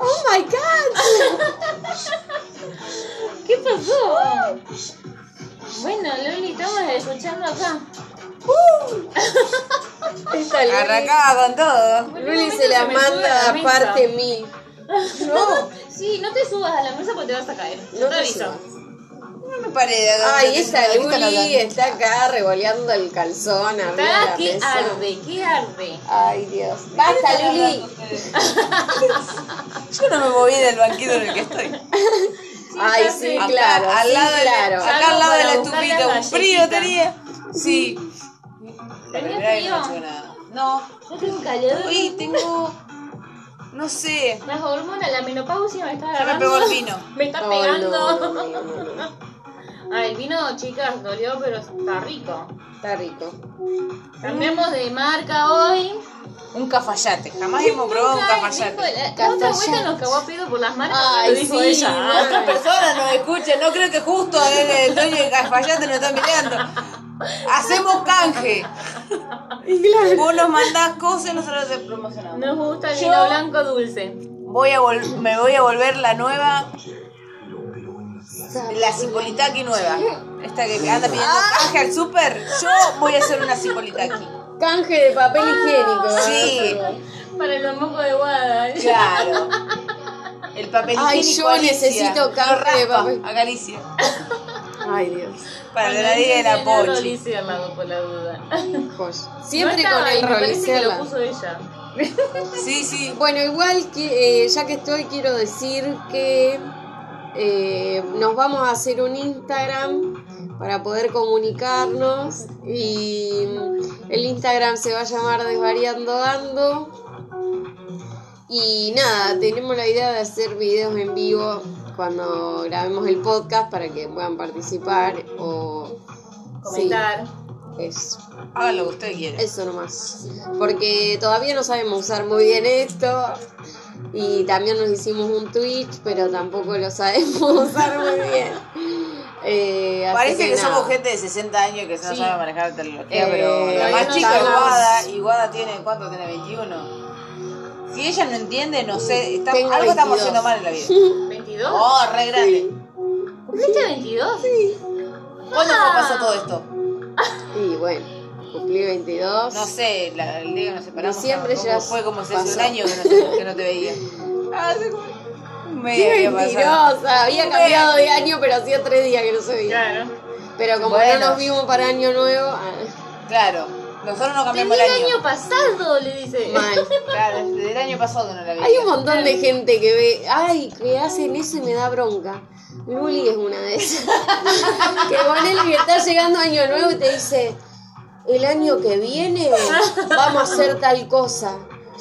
Oh my god. ¿Qué pasó? Bueno, Loli, estamos escuchando acá. Esta Luli- Arrancaba con todo. Bueno, Luli un se la momento me sube manda a la mesa. aparte mil. Sí, no te subas a la mesa porque te vas a caer. No te te aviso. subas. No me paré de Ay, de- esta de- de- Luli está acá revoleando el calzón arriba de Ah, la ¿Qué mesa. arde? ¿Qué arde? Ay, Dios. Basta, Luli. Yo no me moví del banquito en el que estoy. Ay, sí, Acá, claro. al sí, lado de la- claro. acá al lado de la Salgo para estufita, buscar un la frío galletita. tenía. Sí. La ¿Tenía primera vez frío? no me hizo nada. No, Yo tengo calor. hoy tengo. No sé. Las hormonas, la menopausia me está Yo me agarrando. pegó el vino. Me está Ay, no, pegando. no, no, no, no. Ah, el vino, chicas, dolió, pero está rico. Está rico. Cambiamos de marca hoy. Un cafayate. Jamás hemos probado un Nunca hay tipo cafayate. de- La eh, otra vuelta nos cagó a pedo por las marcas. Ay, lo dijo sí, ella. no. Otras personas nos escuchan. No creo que justo el, el dueño de cafayate nos está mirando. Hacemos canje. Vos nos mandás cosas y nosotros te promocionamos. Nos gusta el vino blanco dulce. Voy a vol- me voy a volver la nueva. La Cipolitaki nueva. Esta que anda pidiendo canje al súper. Yo voy a hacer una Cipolitaki. Canje de papel higiénico. Sí, Para los mocos de guada. claro. El papel Ay, higiénico yo Alicia. necesito Lo canje de raspa papel. A Galicia. Ay, Dios. Para la nadie de la pochi. Loli al lado por la duda. Joya. Siempre No estaba con ahí, el me parece que lo rolicerla. puso ella. Sí, sí. Bueno, igual que eh, ya que estoy, quiero decir que eh, nos vamos a hacer un Instagram para poder comunicarnos. Y el Instagram se va a llamar Desvariando Ando. Y nada, tenemos la idea de hacer videos en vivo cuando grabemos el podcast para que puedan participar o Comentar. Sí, eso. Hagan lo que usted quiera. Eso nomás. Porque todavía no sabemos usar muy bien esto. Y también nos hicimos un Twitch, pero tampoco lo sabemos usar muy bien. Eh, así Parece que, nada. somos gente de 60 años que no sabe manejar la tecnología, Eh, pero la todavía más no chica es estamos. Guada, y Guada tiene, ¿cuánto tiene? 21. Si ella no entiende, no sé, está- Tengo algo estamos 22. haciendo mal en la vida. ¿22? Oh, re grande. ¿Cumpliste 22? Sí. ¿Cuándo Ah. fue pasó todo esto? Y bueno, cumplí 22. No sé, la, el día que nos separamos. Diciembre ¿cómo ya Fue como si hace un pasó. año que no te, que no te veía. Ah, hace como un mes ¡Qué había pasado. mentirosa! Había cambiado de año, pero hacía tres días que no se veía. Claro. Pero como Bueno. no nos vimos para año nuevo, ah, Claro, nosotros Del no cambiamos el año. año pasado, le dice. mal. Claro, desde el año pasado que no la veía. Hay un montón de gente que ve, ay, que hacen eso y me da bronca. Luli es una de esas. que ponele que está llegando año nuevo y te dice, el año que viene vamos a hacer tal cosa.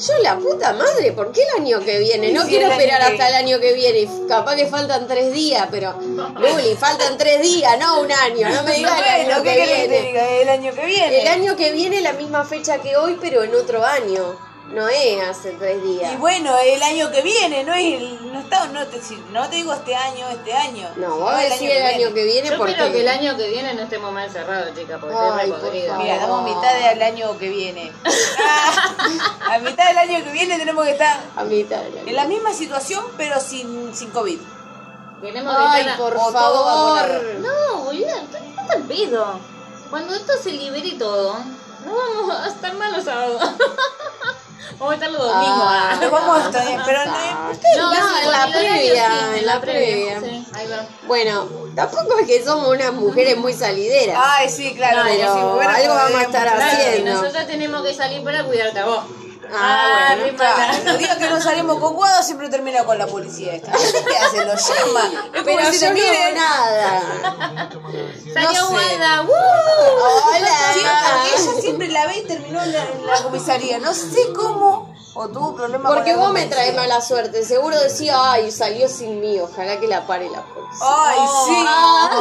Yo la puta madre, ¿por qué el año que viene? No quiero esperar hasta el año que viene. y Capaz que faltan tres días, pero Luli, faltan tres días, no un año. No me digas el año que viene. El año que viene. El año que viene la misma fecha que hoy, pero en otro año. No es hace tres días. Y bueno, el año que viene, no es el- no está, no te, si- no te digo este año, este año. No, No, vos el decís año que el año viene. que viene Yo porque... espero que el año que viene no estemos mal cerrados, chica, porque Ay, es re por podrida. favor. Mira, estamos a mitad del año que viene. Ah, a mitad del año que viene tenemos que estar A mitad del año. en la misma situación, pero sin, sin COVID. Queremos Ay, dejar a- por o todo favor. vacunado. No, boluda, ¿qué está el pedo? Cuando esto se libere todo, no vamos a estar mal los sábados. vamos a estar los domingos. Ah, ah. Nos vamos a estar- pero no, ustedes No, no, sí, en la el horario previa, sí, en la previa. sí, ahí va. Bueno, tampoco es que somos unas mujeres muy salideras. Ay, sí, claro. Pero porque si fuera algo vamos a estar podemos- Claro, y haciendo. nosotros tenemos que salir para cuidarte a vos. Ah, bueno, re mala. Claro, Los días que no salimos con Guado siempre termina con la policía esta. ¿Qué hace? Lo llama. Es Pero como si yo te no hago miren. nada. Salió sé. Wanda, ¡woo! Hola. Siempre- ella siempre la ve y terminó en la, en la comisaría. No sé cómo o tuvo problema Porque con la vos me policía. traes mala suerte. Seguro decía, ay, salió sin mí. Ojalá que la pare la policía. Ay,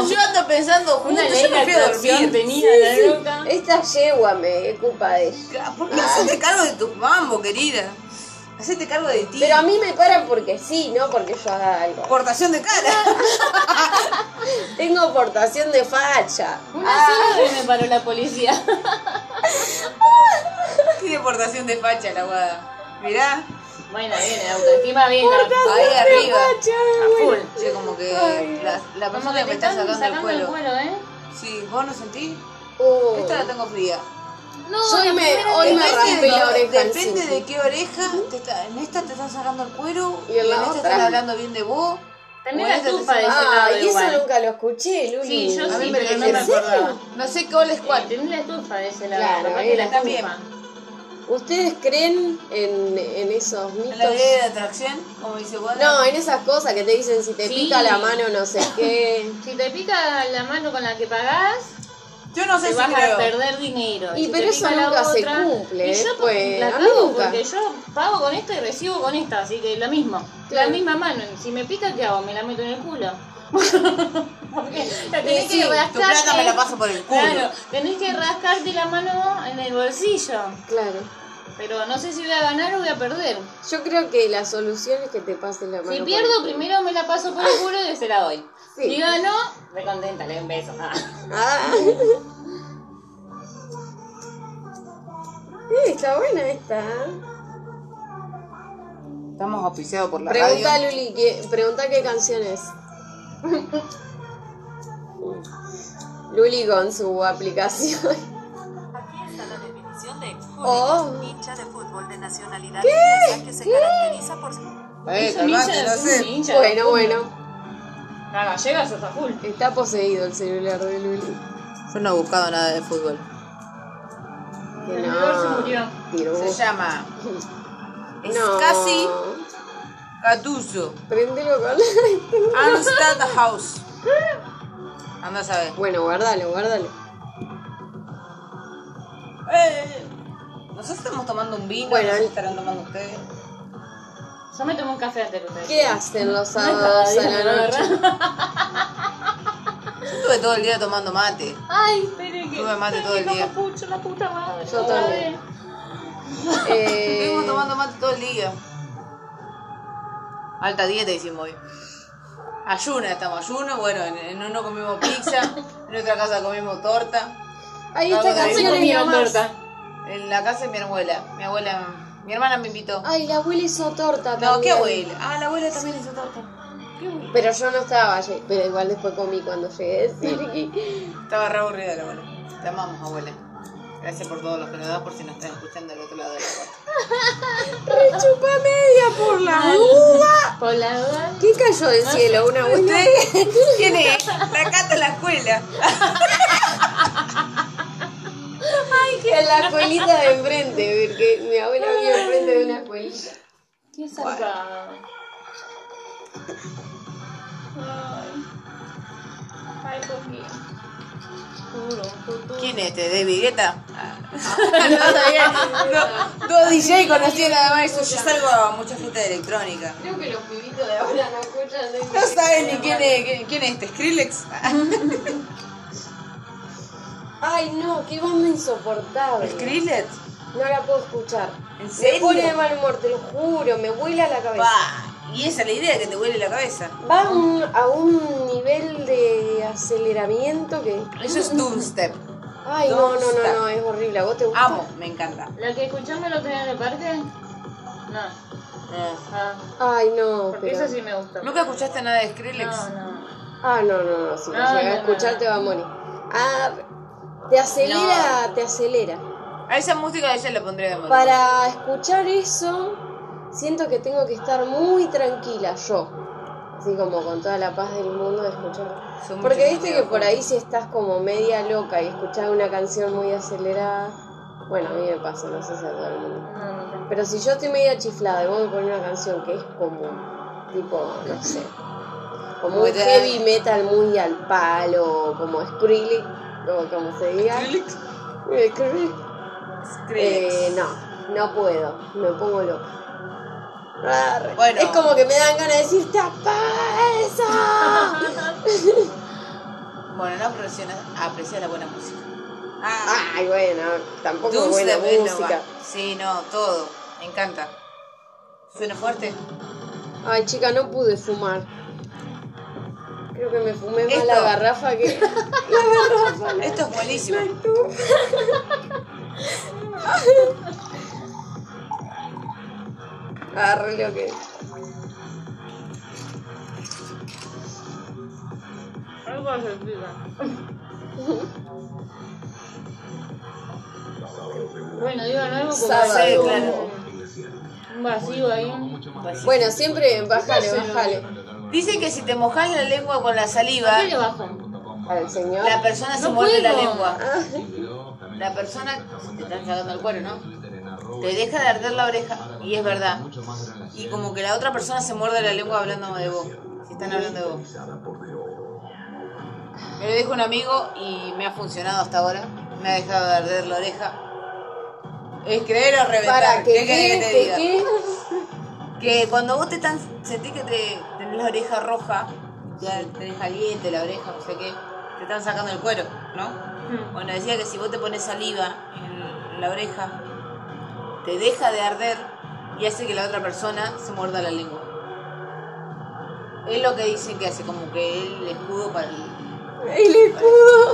sí. Yo ando pensando, Una justo, ley yo me fui de a atracción dormir. tenía la loca. Esta yegua me es culpa de ella. ¿Por qué no hacete cargo de tu mambo, querida? Hacete cargo de ti. Pero a mí me paran porque sí, no porque yo haga algo. Portación de cara. Tengo portación de facha. Una sola vez me paró la policía. Tiene portación de facha la guada. Mirá, bueno, bien, la autoestima bien. a- ahí arriba. a full. Che, como que la, la Como persona que que te me está están sacando, el sacando el cuero. cuero, ¿eh? Sí, ¿vos no sentís? Uy. Esta la tengo fría. No, Yo hoy la me, primera hoy vez- me raspé la oreja. al depende Cinti. de qué oreja. te está- en esta te están sacando el cuero Y y en en, la esta otra. están hablando bien de vos. o Tenés en la esta te estufa de sacan- ese Ah, lado y eso igual. nunca lo escuché, Luli. Sí, yo A mí sí, me pero no lo me dijeron. acordaba. No sé cuál es Bueno, cuál. Eh, tenés la estufa de ese lado. Claro, capaz ahí que la la está estufa. ¿Ustedes creen en, en esos mitos? En la ley de atracción, como dice Wanda. No, en esas cosas que te dicen si te Sí. pica la mano no sé qué. Si te pica la mano con la que pagás, Yo no sé te si vas a creo. perder dinero. Y Si pero te eso pica la nunca se otra- cumple, Y yo pues, la a mí cago nunca. porque yo pago con esta y recibo con esta, así que la misma. Claro. La misma mano. Si me pica, ¿qué hago? Me la meto en el culo. Porque la tenés Sí, que tu plata me la rascarte. paso por el culo. Claro, tenés que rascarte la mano en el bolsillo. Claro. Pero no sé si voy a ganar o voy a perder. Yo creo que la solución es que te pasen la mano. Si por pierdo, el- primero me la paso por el culo y se la doy. Sí. Si gano, me contenta, le doy un beso. Ah. Eh, está buena esta. ¿eh? Estamos auspiciados por la Pregunta radio. Luli, que, pregunta qué canción es. Luli con su aplicación. Aquí está la definición de hooligan, Oh. hincha de fútbol de nacionalidad inglesa que se caracteriza por su Eh, Es un hincha calmate, de no fútbol, sé. hincha de Bueno, fútbol. bueno. La gallega sos a full. Ah. Está poseído el celular de Luli. Yo no he buscado nada de fútbol. Que El no. celular se murió. Tiró. Se llama. Es No. casi Catuso. Prendelo con la- Amstad House. Anda a saber. Bueno, guardalo, guardalo. Eh, nosotros estamos tomando un vino. Bueno, no sé si el- estarán tomando ustedes. Yo me tomo un café antes de ustedes. ¿Qué hacen los No estaba sábados a bien, la noche? ¿verdad? Yo estuve todo el día tomando mate. Ay, pero es que. Tuve mate Ay, todo el no día. capucho, la puta madre. Yo también. Otra vez. Eh, Estuvimos tomando mate todo el día. Alta dieta hicimos hoy. Ayuna, estamos ayuno. Bueno, en, en uno comimos pizza, en otra casa comimos torta. ahí esta Estamos canción es la Comieron más. torta. En la casa de mi abuela. Mi abuela, mi hermana me invitó. Ay, la abuela hizo torta No, también. ¿qué abuela? Ah, la abuela también hizo torta. Pero yo no estaba allí. Pero igual después comí cuando llegué. Sí. Estaba re aburrida la abuela. Te amamos, abuela. Gracias por todo lo que nos das, por si nos están escuchando del otro lado de la puerta. Chupa media por la Mal. duda. Por la duda. ¿Quién cayó del cielo? ¿Una abuela? ¿Quién es? La cata en la escuela. En la escuelita de enfrente, porque mi abuela vive enfrente de una escuelita. ¿Qué saca? Ay, Dios mío. Duro, duro. ¿Quién es este? ¿David Guetta? Creo Dos DJ conocían además eso. Yo salgo a mucha gente de electrónica. que los pibitos de ahora no escuchan. de- No saben ni quién es, quién- quién es este, Skrillex. Ay, no, qué banda insoportable. ¿Skrillex? No la puedo escuchar. ¿En Me pone de serio? mal humor, te lo juro, me vuela la cabeza. Pa, Y esa es la idea, que te huele la cabeza. Va a un- a un nivel de aceleramiento que. Eso es Doomstep. Ay, no, no, no, Doomstep. no, es horrible. ¿A vos te gusta? Amo, me encanta. ¿La que escuchamos el otro día en el parque? No. Ah, Ay, no, porque pero. esa sí me gusta. ¿Nunca escuchaste nada de Skrillex? No, no. Ah, no, no, no, si lo No, llegas no, a no, escuchar no. te va a morir. Ah, te acelera, te acelera. A esa música ella la pondría de moda. Para escuchar eso, siento que tengo que estar muy tranquila yo. Así como con toda la paz del mundo de escuchar. Son Porque muchos viste que videos, por ahí si estás como media loca y escuchás una canción muy acelerada, bueno, a mí me pasa, no sé si a todo el mundo. No, no, no. Pero si yo estoy media chiflada y vos me pones una canción que es como, tipo, no sé, como un Muy de- heavy metal muy al palo, como Skrillex, o como se diga. Skrillex. Eh, Skrillex. Skrillex. Eh, no, no puedo, me pongo loca. Arre. Bueno. Es como que me dan ganas de decir, tapa eso. Bueno, no aprecias, aprecias la buena música. Ay, bueno, tampoco es Dulce buena de bueno, música. va. Sí, no, todo. Me encanta. ¿Suena fuerte? Ay, chica, no pude fumar. Creo que me fumé más Esto. la garrafa que... la garrafa. la- Esto es buenísimo. Agarré lo que. Algo se explica. Bueno, digan algo porque Sábado. hay como claro. un vacío ahí. Bueno, siempre bájale, bájale. Dicen que si te mojas la lengua con la saliva, ¿Qué le bajo? Al señor. la persona se No muerde la puedo. lengua. La persona te están sacando el cuero, ¿no? Te deja de arder la oreja, y es verdad. Y como que la otra persona se muerde la lengua hablando de vos. Si están hablando de vos. Me lo dijo un amigo y me ha funcionado hasta ahora. Me ha dejado de arder la oreja. Es creer o reventar. Para que ¿Qué querés quede, te que diga? quede. Que cuando vos te tan, sentís que te tenés la oreja roja, ya tenés caliente la oreja, no sé qué, te están sacando el cuero, ¿no? Mm. Bueno, decía que si vos te pones saliva en la oreja, te deja de arder y hace que la otra persona se muerda la lengua. Es lo que dicen que hace, como que el escudo para el... El escudo.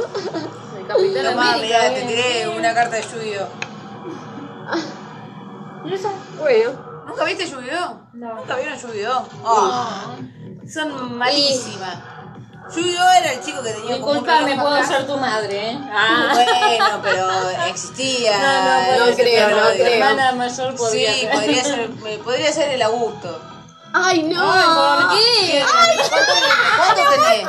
El Capitán Tomá, América. mirá, te tiré una carta de lluvio. ¿Y Ah. esa? Bueno. ¿Nunca viste lluvio? No. ¿Nunca vieron lluvio? Oh, son malísimas. Yu-Gi-Oh era el chico que tenía como un Disculpa, me reloj puedo acá. ser tu madre, ¿eh? Ah. Bueno, pero existía. No, no, ese creo, no episodio. creo. hermana mayor podría Sí, ser. podría ser, me- podría ser el Augusto. Ay, no. ¿Por qué? ¿Cuánto, cuánto tenés?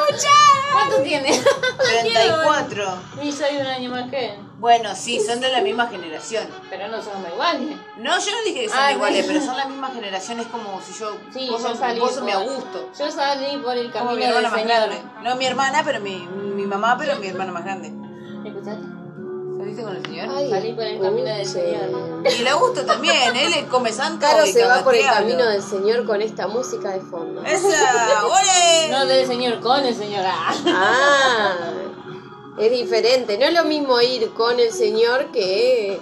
¿Cuánto tiene? 34. Y soy un año más que él. Bueno, sí, son de la misma generación. Pero no somos iguales. No, yo no dije que son Ay, iguales, no. pero son la misma generación. Es como si yo. Sí, vos yo sos, salí vos sos por- mi Augusto. Yo salí por el Como camino mi de hermana más señor. grande. No mi hermana, pero mi, mi mamá, pero mi hermana más grande. ¿Escuchaste? ¿Saliste con el señor? Ay, Salí por el camino del Señor. Y el Augusto también, él le come san Caro se va por el cabateado. camino del Señor con esta música de fondo. ¡Esa! ¡Ole! No del señor, con el señor. Ah. Ah, es diferente. No es lo mismo ir con el Señor que.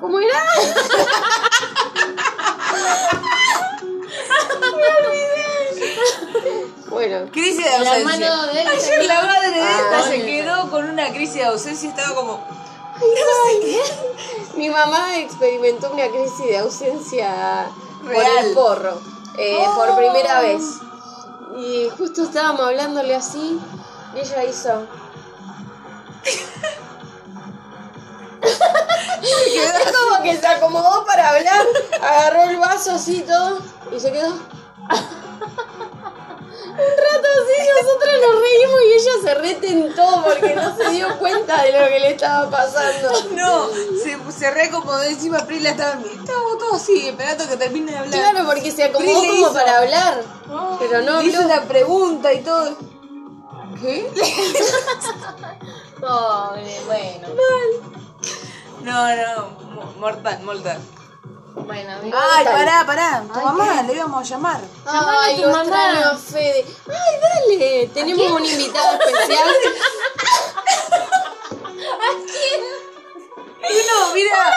¿Cómo era? bueno, Crisis de El ausencia. hermano de él. Ayer la madre de Ah, esta se bueno. quedó con una crisis de ausencia y estaba como... mi mamá experimentó una crisis de ausencia por Real. el porro, eh, por primera vez. Y justo estábamos hablándole así y ella hizo. Es como que se acomodó para hablar, agarró el vaso así todo y se quedó. rato así nosotros nos reímos y ella se retentó porque no se dio cuenta de lo que le estaba pasando. No, se, se reacomodó encima Pri la estaba Estábamos todos así, esperando que termine de hablar. Claro, porque se acomodó Pri le como hizo- para hablar. Pero no Le hizo habló. la pregunta y todo. ¿Qué? Pobre, bueno. No, no, mo- mortal, mortal. Bueno, amigo. Ay, pará, pará. Tu mamá, le íbamos a llamar. Ay, lo extraño a Fede. Ay, dale, tenemos un invitado especial. Uno, mira.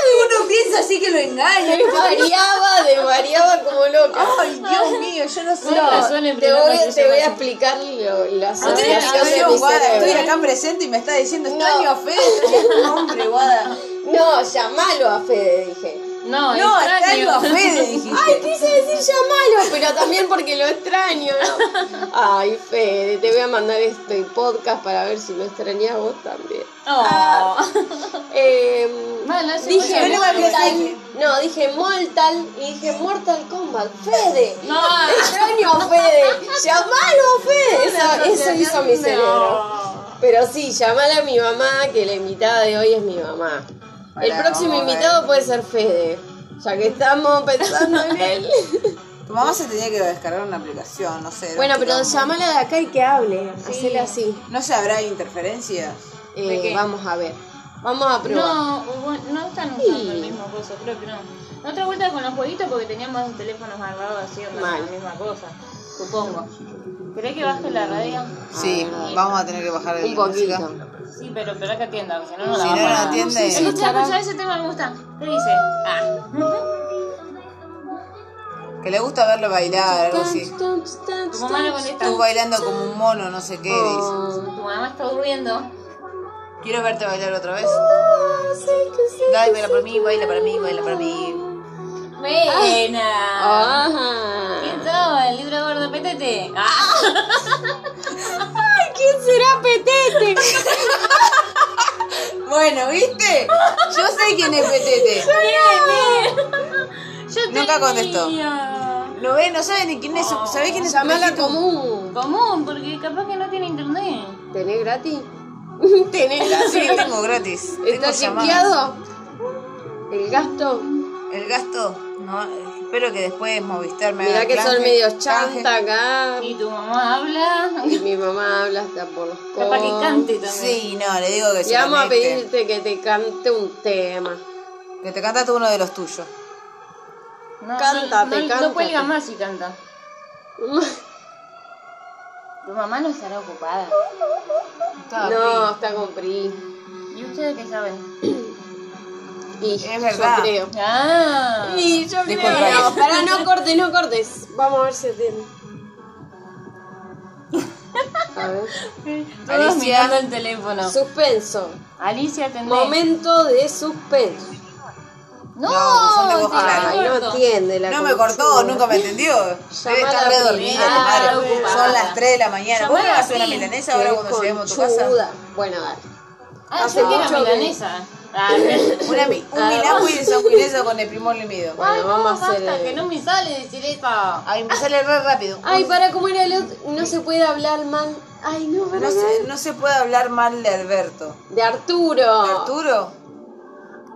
Uno piensa así que lo engaña. Me mareaba, de mareaba como loca. Ay, Dios mío, yo no sé. No, razón, en te primer voy, lugar, te yo voy pasé. a explicar lo, la No tiene asociación de explicación, mi Guada. cerebro. Estoy acá presente y me está diciendo extraño a Fede, extraño a tu nombre, Guada. No, llamalo a Fede, dije. No, No, extraño. extraño a Fede, dijiste. Ay, quise decir llamalo, pero también porque lo extraño. ¿no? Ay, Fede, te voy a mandar este podcast para ver si lo extrañas vos también. Ah. Eh, Bueno, ese dije bueno, bueno, Mortal, bueno. no, dije Mortal y dije Mortal Kombat. Fede, No, te extraño a Fede, llamalo a Fede. Eso, eso hizo mi cerebro. Pero sí, llamala a mi mamá, que la invitada de hoy es mi mamá. El Hola, próximo vamos a ver. invitado puede ser Fede, ya que estamos pensando en él. Tu mamá se tenía que descargar una aplicación, no sé. era un Bueno, pero quilombo. llámala de acá y que hable, hacela así. ¿No se habrá interferencias? Eh, ¿De qué? vamos a ver, vamos a probar. No, bueno, no están usando el mismo coso, creo que no. La otra vuelta con los jueguitos porque teníamos los teléfonos agarrados haciendo Mal. la misma cosa, supongo. ¿Querés que baje la radio? Sí, Ah, vamos a tener que bajar el Un poquito. Sí, pero espera que atienda, porque si no, no Si la no, vamos no a- atiende. Sí, sí, ya escuchá, ese tema me gusta. ¿Qué dice? Ah. Que le gusta verlo bailar, algo así. Tu mamá no contesta. Ah. Tú bailando como un mono, no sé qué, Oh. dice. Tu mamá está durmiendo. Quiero verte bailar otra vez. Oh, Dale, baila para mí, baila para mí, baila para mí. Buena. Ah. ¿Qué tal? El libro gordo, pétete. Ah. ¿Quién será Petete? Bueno, ¿viste? Yo sé quién es Petete. Yo Nunca contestó. tenía. No ve, no sabe ni quién es. ¿Sabés quién es Llamala Pejito? común. Común, porque capaz que no tiene internet. ¿Tenés gratis? ¿Tenés Sí, gratis? tengo gratis. Tengo ¿Está llamadas. chequeado? ¿El gasto? El gasto, no. Espero que después Movistar me Mirá haga que son canje, medios canje. chanta acá. Y tu mamá habla. Y mi mamá habla hasta por los Capaz que codos. cante también. Sí, no, le digo que se Le vamos a conecte. pedirte que te cante un tema. Que te cantaste uno de los tuyos. No, Cántate, no, no, cántate. No cuelga más si canta. Tu mamá no estará ocupada. Ah, No, está con PRI. ¿Y ustedes qué saben? Y Es verdad. yo creo. Ah. Y yo creo. Disculpa. No, para, no cortes, no cortes. Vamos a ver si atiende. A ver. Todos Alicia. mirando el teléfono. Suspenso. Alicia, atendé. Momento de suspenso. No, buzón de voz sí, clara. me Ay, no corto. atiende la No me cortó, conchuda. nunca me entendió. Debe estar re dormida, primera. compadre. Son las 3 de la mañana. ¿Vos me Llamala vas a hacer una así. milanesa ahora Qué cuando lleguemos a tu casa? conchuda. Bueno, dale. Ah, Hace yo quiero mucho que- milanesa. Ah, bueno, Una, mi- Ah. un milagro y de sanguinesa con el primo limido. Bueno, vamos a hacer. basta, que no me sale decir eso. Ay, me sale re rápido. Ay, para cómo era el otro. No se puede hablar mal. Ay, no, pero. No se, no se puede hablar mal de Alberto. De Arturo. ¿De Arturo?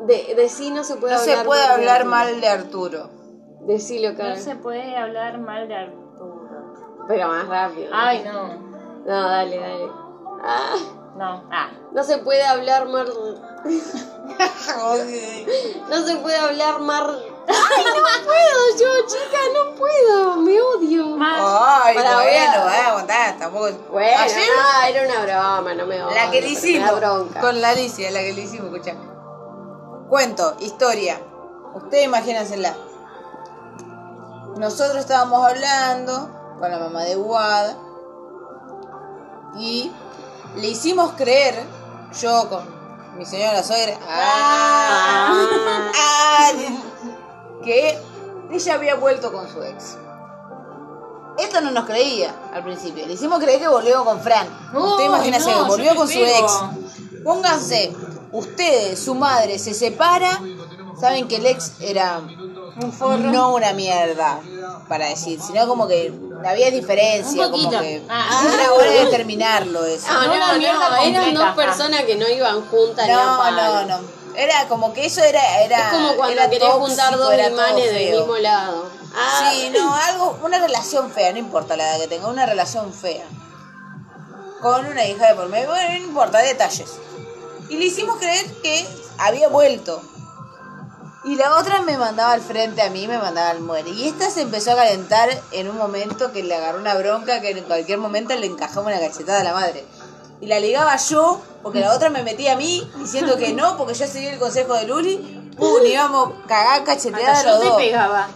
De, de sí no se puede No hablar se puede de hablar Arturo. mal de Arturo. Decilo, No Karen. se puede hablar mal de Arturo. Pero más rápido. Ay, no. No, dale, dale. Ah, No. Ah. no se puede hablar mal. No se puede hablar mal. Ay, no puedo yo, chica, no puedo. Me odio. Ah, Ay, Para, voy a- bueno, eh, aguantá, tampoco. Bueno, Ayer, no, era una broma, no me odio. la que le pero me hicimos. da bronca. Con la Alicia, la que le hicimos, escuchá. Cuento, historia. Ustedes imagínensela. Nosotros estábamos hablando con la mamá de Wad y le hicimos creer, yo con mi señora suegra, ah, Ah. ah, que ella había vuelto con su ex. Esto no nos creía al principio. Le hicimos creer que volvió con Fran. Usted Uy, imagínese, no, volvió yo con me su pego. ex. Pónganse, ustedes, su madre se separa. Saben que el ex era no una mierda, para decir, sino como que Había diferencia, Un poquito. como que Ah. era hora de terminarlo eso. No, No, no, la no, mierda eran completa, pa. dos personas que no iban juntas ni a No, palo. no, no. Era como que eso era. era Es como cuando era querés tóxico, juntar dos era todo imanes del feo. mismo lado. Ah, Sí, no, algo, una relación fea, no importa la edad que tenga, una relación fea. Con una hija de por medio, bueno, no importa, detalles. Y le hicimos creer que había vuelto. Y la otra me mandaba al frente a mí, me mandaba al muere. Y esta se empezó a calentar en un momento que le agarró una bronca que en cualquier momento le encajaba una cachetada a la madre. Y la ligaba yo, porque la otra me metía a mí diciendo que no, porque yo seguí el consejo de Luli. Pum, íbamos cagar cacheteada Hasta los yo te dos. pegaba.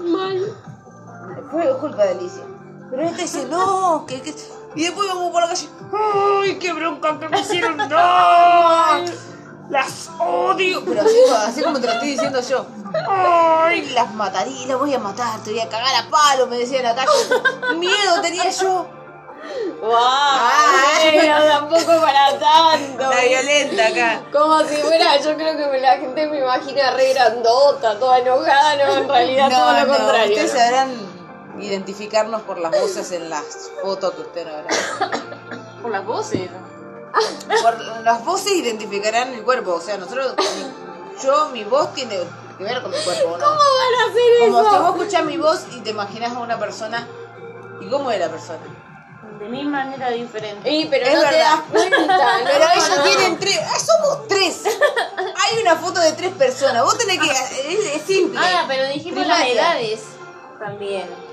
Fue culpa de Alicia. Pero este dice, no, que, que... Y después vamos por la calle. ¡Ay, qué bronca que me hicieron! ¡No! ¡Las odio! Pero así, así como te lo estoy diciendo yo. ¡Ay, las mataría! ¡Las voy a matar! ¡Te voy a cagar a palo! Me decían acá. ¡Miedo tenía yo! wow, Ay. pero tampoco para tanto. La violenta acá. Como si fuera, yo creo que me- la gente me imagina re grandota, toda enojada, no, en realidad todo lo contrario. Ustedes sabrán identificarnos por las voces en las fotos que ustedes habrán. Por las voces. Por las voces identificarán el cuerpo, o sea, nosotros, mi- yo, mi voz tiene que ver con mi cuerpo, ¿no? ¿Cómo van a hacer Como eso? que vos escuchás mi voz y te imaginás a una persona, ¿y cómo es la persona? De mi manera diferente. Y, pero Es no te verdad. das cuenta, Pero no, ellos no. tienen tres, ¡ah, somos tres! Hay una foto de tres personas, vos tenés que, es, es simple. Ah, pero dijimos las Primaria. edades. También.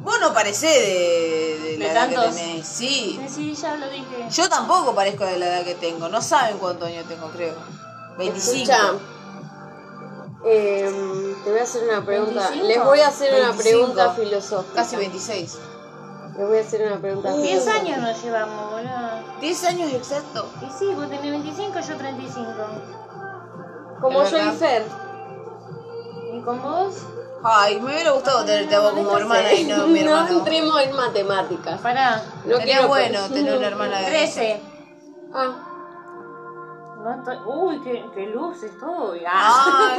Vos no parecés de, de la De edad que tantos. tenés, sí. Sí, ya lo dije. Yo tampoco parezco de la edad que tengo, no saben cuántos años tengo, creo. 25. Escucha, em, te voy a hacer una pregunta. 25, Les voy a hacer una 25, pregunta filosófica. Casi 26. Les voy a hacer una pregunta Diez filosófica. años nos llevamos, boludo. 10 años exacto. Y sí, vos tenés 25, yo 35. Como Es yo y verdad. Fer. ¿Y con vos? Ay, me hubiera gustado tenerte a vos como hermana y no mi hermano. entremos en matemáticas. Pará. No Sería quiero- bueno tener una hermana de 13. Ah, No estoy- Uy, qué, qué luces todo. y- Ah.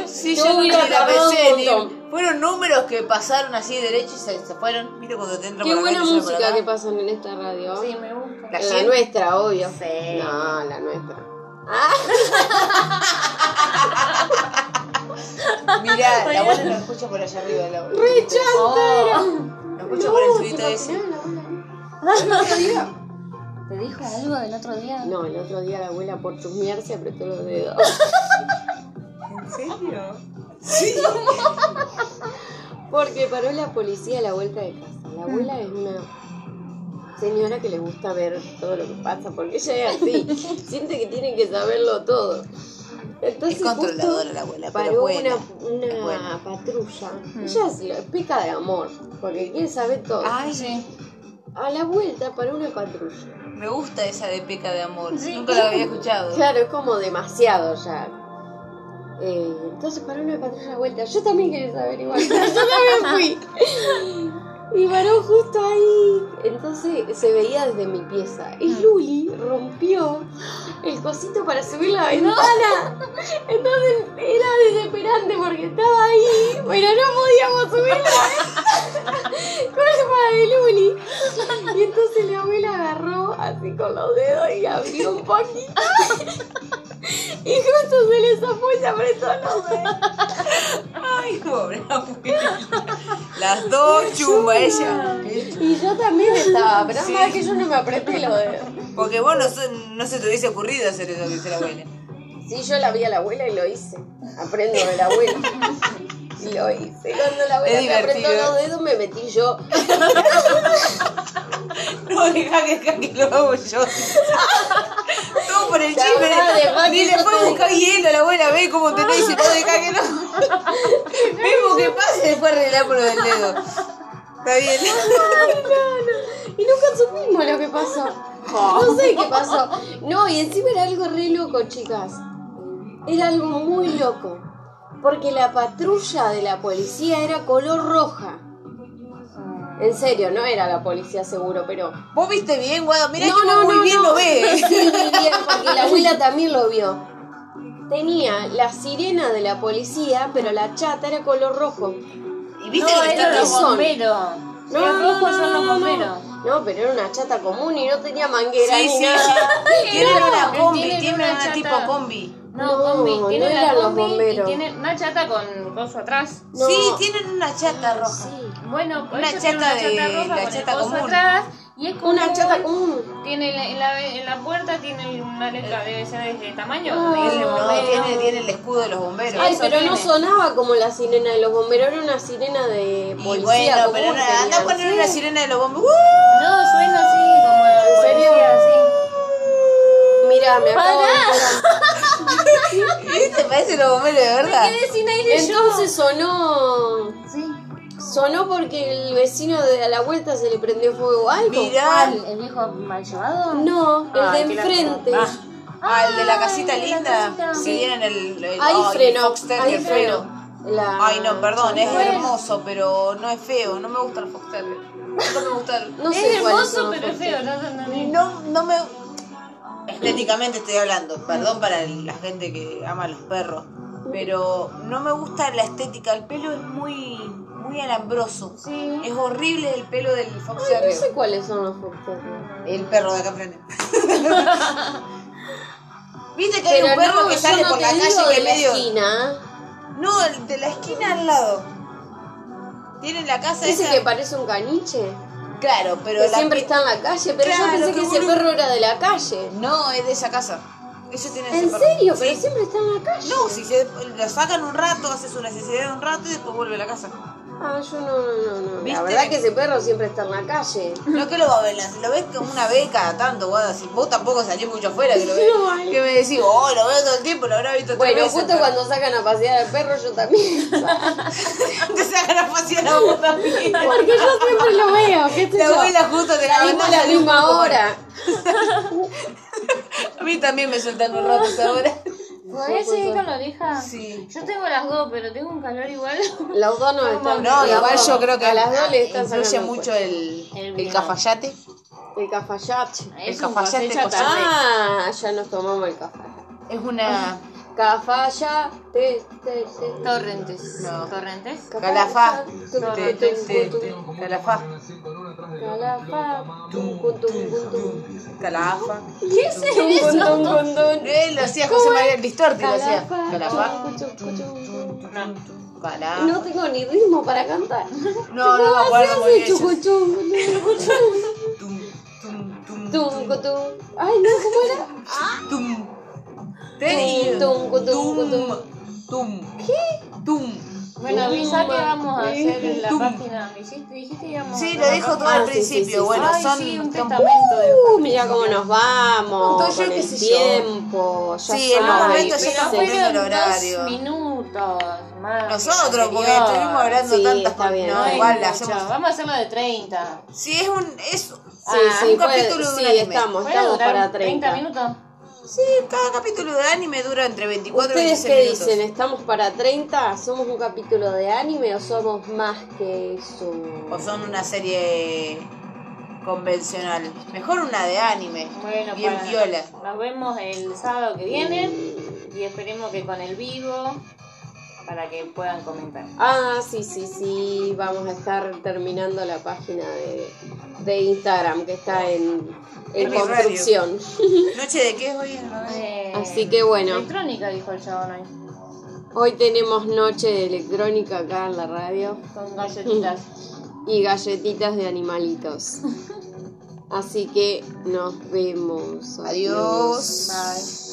Ah, sí, Yo yo no hubiera me la tardado un pensé, ni- montón. Fueron números que pasaron así derecho y se, se fueron. Mira cuando te entra qué por acá y buena te sale por música acá. que pasan en esta radio. Sí, me gusta. La En la gente- nuestra, obvio. Sí. No, la nuestra. Mirá, la abuela lo escucha por allá arriba. La... ¡Re chanta Lo escucha por el subito ese. ¿Te dijo algo del otro día? era! No, el otro día la abuela por chusmear se apretó los dedos. ¿En serio? Porque paró la policía a la vuelta de casa. La abuela es una señora que le gusta ver todo lo que pasa, porque ella es así, siente que tiene que saberlo todo. Entonces, Es controladora justo la abuela, pero paró buena, una, una es buena. patrulla. Ella se lo explica de amor, porque quiere saber todo. Ay, sí. A la vuelta paró una patrulla. Me gusta esa de peca de amor. Nunca la había escuchado. Claro, es como demasiado ya. Eh, entonces paró una patrulla de vuelta. Yo también quería saber igual. pero Yo también fui. Y paró justo ahí. Entonces se veía desde mi pieza. Y Luli rompió el cosito para subir la ventana. Entonces era desesperante porque estaba ahí, pero no podíamos subir la ventana. Culpa de Luli. Y entonces la abuela agarró así con los dedos y abrió un poquito. Y justo se le zafó y se apretó los dedos. Ay, pobre abuela. Las dos chumba ella. Y yo también estaba, pero es más que yo no me apreté los dedos. Porque vos no, se- no se te hubiese ocurrido hacer eso que hizo la abuela. Sí, yo la vi a la abuela y lo hice. Aprendo de la abuela. Y Lo hice. Cuando la abuela Es me apretó divertido. los dedos, me metí yo. No, deja que, deja que lo hago yo. Todo por el Ya, chisme. ahora dejá Ni que le yo fue a te- buscar hielo a la abuela, ve cómo te lo dice, no deja que lo. Mismo que pase, le fue a arreglar por lo del dedo. Está Ay, bien. no, no. Y nunca supimos lo que pasó. No sé qué pasó. No, y encima era algo re loco, chicas. Era algo muy loco. Porque la patrulla de la policía era color roja. En serio, no era la policía seguro, pero... Vos viste bien, Guado. Mirá que no, muy bien lo ve. Sí, muy bien, porque la abuela también lo vio. Tenía la sirena de la policía, pero la chata era color rojo. Y viste que No, le era está los los son? bomberos. No, Los no, rojos no, son los no, no. bomberos. No, pero era una chata común y no tenía manguera Sí, ni sí, nada. sí. Tienen una combi, tienen tienen, una una, chata. tipo combi. No, No, combi. no Tiene la eran los combi y bomberos. tiene una chata con coso atrás. No. Sí, tienen una chata roja. Bueno, por Una eso tiene chata de- roja la con el chata coso común. atrás y es común. Una chata común. Tiene la- en la, en la puerta tiene una letra debe ser de este tamaño. Ah. de- No, tiene, tiene el escudo de los bomberos. Ay, pero tiene. no sonaba como la sirena de los bomberos, era una sirena de Y policía. bueno, común pero no, tenía, anda a poner sí. una sirena de los bomberos. ¡Uh! No, suena así como la ¿En serio? policía, así. Mirá, me acabo de enterar. ¿Te parece los bomberos de verdad? Entonces sonó. Sonó porque el vecino de a la vuelta se le prendió fuego a algo. Mirá. ¿El viejo mal llevado? No, el Ay, de qué enfrente. lástima. Ah, el de la casita Ay, de la linda. casita. Se dieron el. el- Ahí ay, el frenó. Foxtel, Ahí qué feo. frenó. La- Ay, no, perdón, eh. es Bueno, hermoso, pero no es feo. No me gusta el Foxtel. No me gusta el. No sé Es cuáles son hermoso, los pero es feo. No, no, no, no. No, no me. Estéticamente estoy hablando, perdón para el- la gente que ama a los perros, pero no me gusta la estética. El pelo es muy muy alambroso. Sí. Es horrible el pelo del Fox de No arriba. sé cuáles son los factores. El perro de acá enfrente. ¿Viste que hay Pero un perro no, que yo sale no por te la digo calle que de la medio. esquina. No, el de la esquina al lado. Tiene la casa Dice esa. que parece un caniche. Claro, pero que la siempre pi- está en la calle, pero Claro, yo pensé qué que ese boludo. perro era de la calle. No, es de esa casa. Ellos tienen ese ¿En perro. serio? Sí. Pero siempre está en la calle. No, si se, lo sacan un rato, hace su necesidad un rato y después vuelve a la casa. Ah, yo no, no, no, no. ¿Viste? La verdad que ese perro siempre está en la calle. No que lo va a ver, lo ves como una vez cada tanto, guada. Si vos tampoco salís mucho afuera, que lo ves. No, vale. Que me decís, oh, lo veo todo el tiempo, lo habrá visto Bueno, tres veces. justo cuando sacan a pasear al perro yo también. cuando te sacan a pasear a vos también. Porque yo siempre lo veo, ¿qué te La abuela justo te la Salimos a la misma hora. A mí también me sueltan un rato esa hora. ¿Podés seguir con la oreja? Sí. Yo tengo las dos, pero tengo un calor igual. Los dos nos están. No, los igual dos- yo creo que a las dos le están influye sacando mucho el, El el, vino. cafayate. el cafayate. Es el un cafayate cosecha cosas. tarde. Ah, ya nos tomamos el cafayate. Es una Cafayate. te- te- Ah, Torrentes. No. ¿Torrentes? calafá. Te- Te- te- te- te- Calafá. Calafá. Tum, cum, tum, cum, tum. Calafa. Tum, cum, tum, cum, tum. Eh, lo hacía José María el Distorti, lo hacía. Calafá, Calafá. tum, cum, tum, cum, tum. Calafá. No tengo ni ritmo para cantar. Ah. No, no me acuerdo muy bien. Chucu, chucu, chucu, chucu. Tum, tum, tum, Tum, cu, tum. Ay, no, ¿cómo era? tum. Te Tum, tum, tum, tum. tum. ¿Qué? Tum. Bueno, avisa que vamos a hacer en la Tum. página. Me hiciste- dijiste que íbamos Sí, a lo hacer dijo una todo página. Ah, al sí, sí, sí, principio. sí. Bueno, Ay, son. sí, un son- testamento de Uh, mira cómo nos vamos. Entonces, yo con qué el sé yo. tiempo. Ya Sí, en un saben. momento ya Pero nos cumpliendo fueron el horario. dos minutos más. Nosotros, que porque anterior. estuvimos hablando Sí, tantas está bien. No, Ay, igual mucha. hacemos. Vamos a hacerlo de 30. Sí, es un. Es Sí, Ah, sí, un puede- capítulo de un sí, anime. estamos, ¿Puede estamos durar para 30. minutos? Sí, cada capítulo de anime dura entre 24 y ¿Ustedes 26 qué minutos. dicen? ¿Estamos para 30? ¿Somos un capítulo de anime o somos más que eso? O son una serie convencional. Mejor una de anime. Bueno, bien para- viola. Nos vemos el sábado que viene y esperemos que con el vivo para que puedan comentar. Ah, sí, sí, sí. Vamos a estar terminando la página de, de Instagram que está en, en Es mi radio. Eh, construcción. ¿Noche de qué es hoy? A ver. Eh, Así que bueno, Electrónica, dijo el chabón ahí. hoy tenemos noche de electrónica acá en la radio. Con Mm. galletitas. y galletitas de animalitos. Así que nos vemos. Adiós. Bye.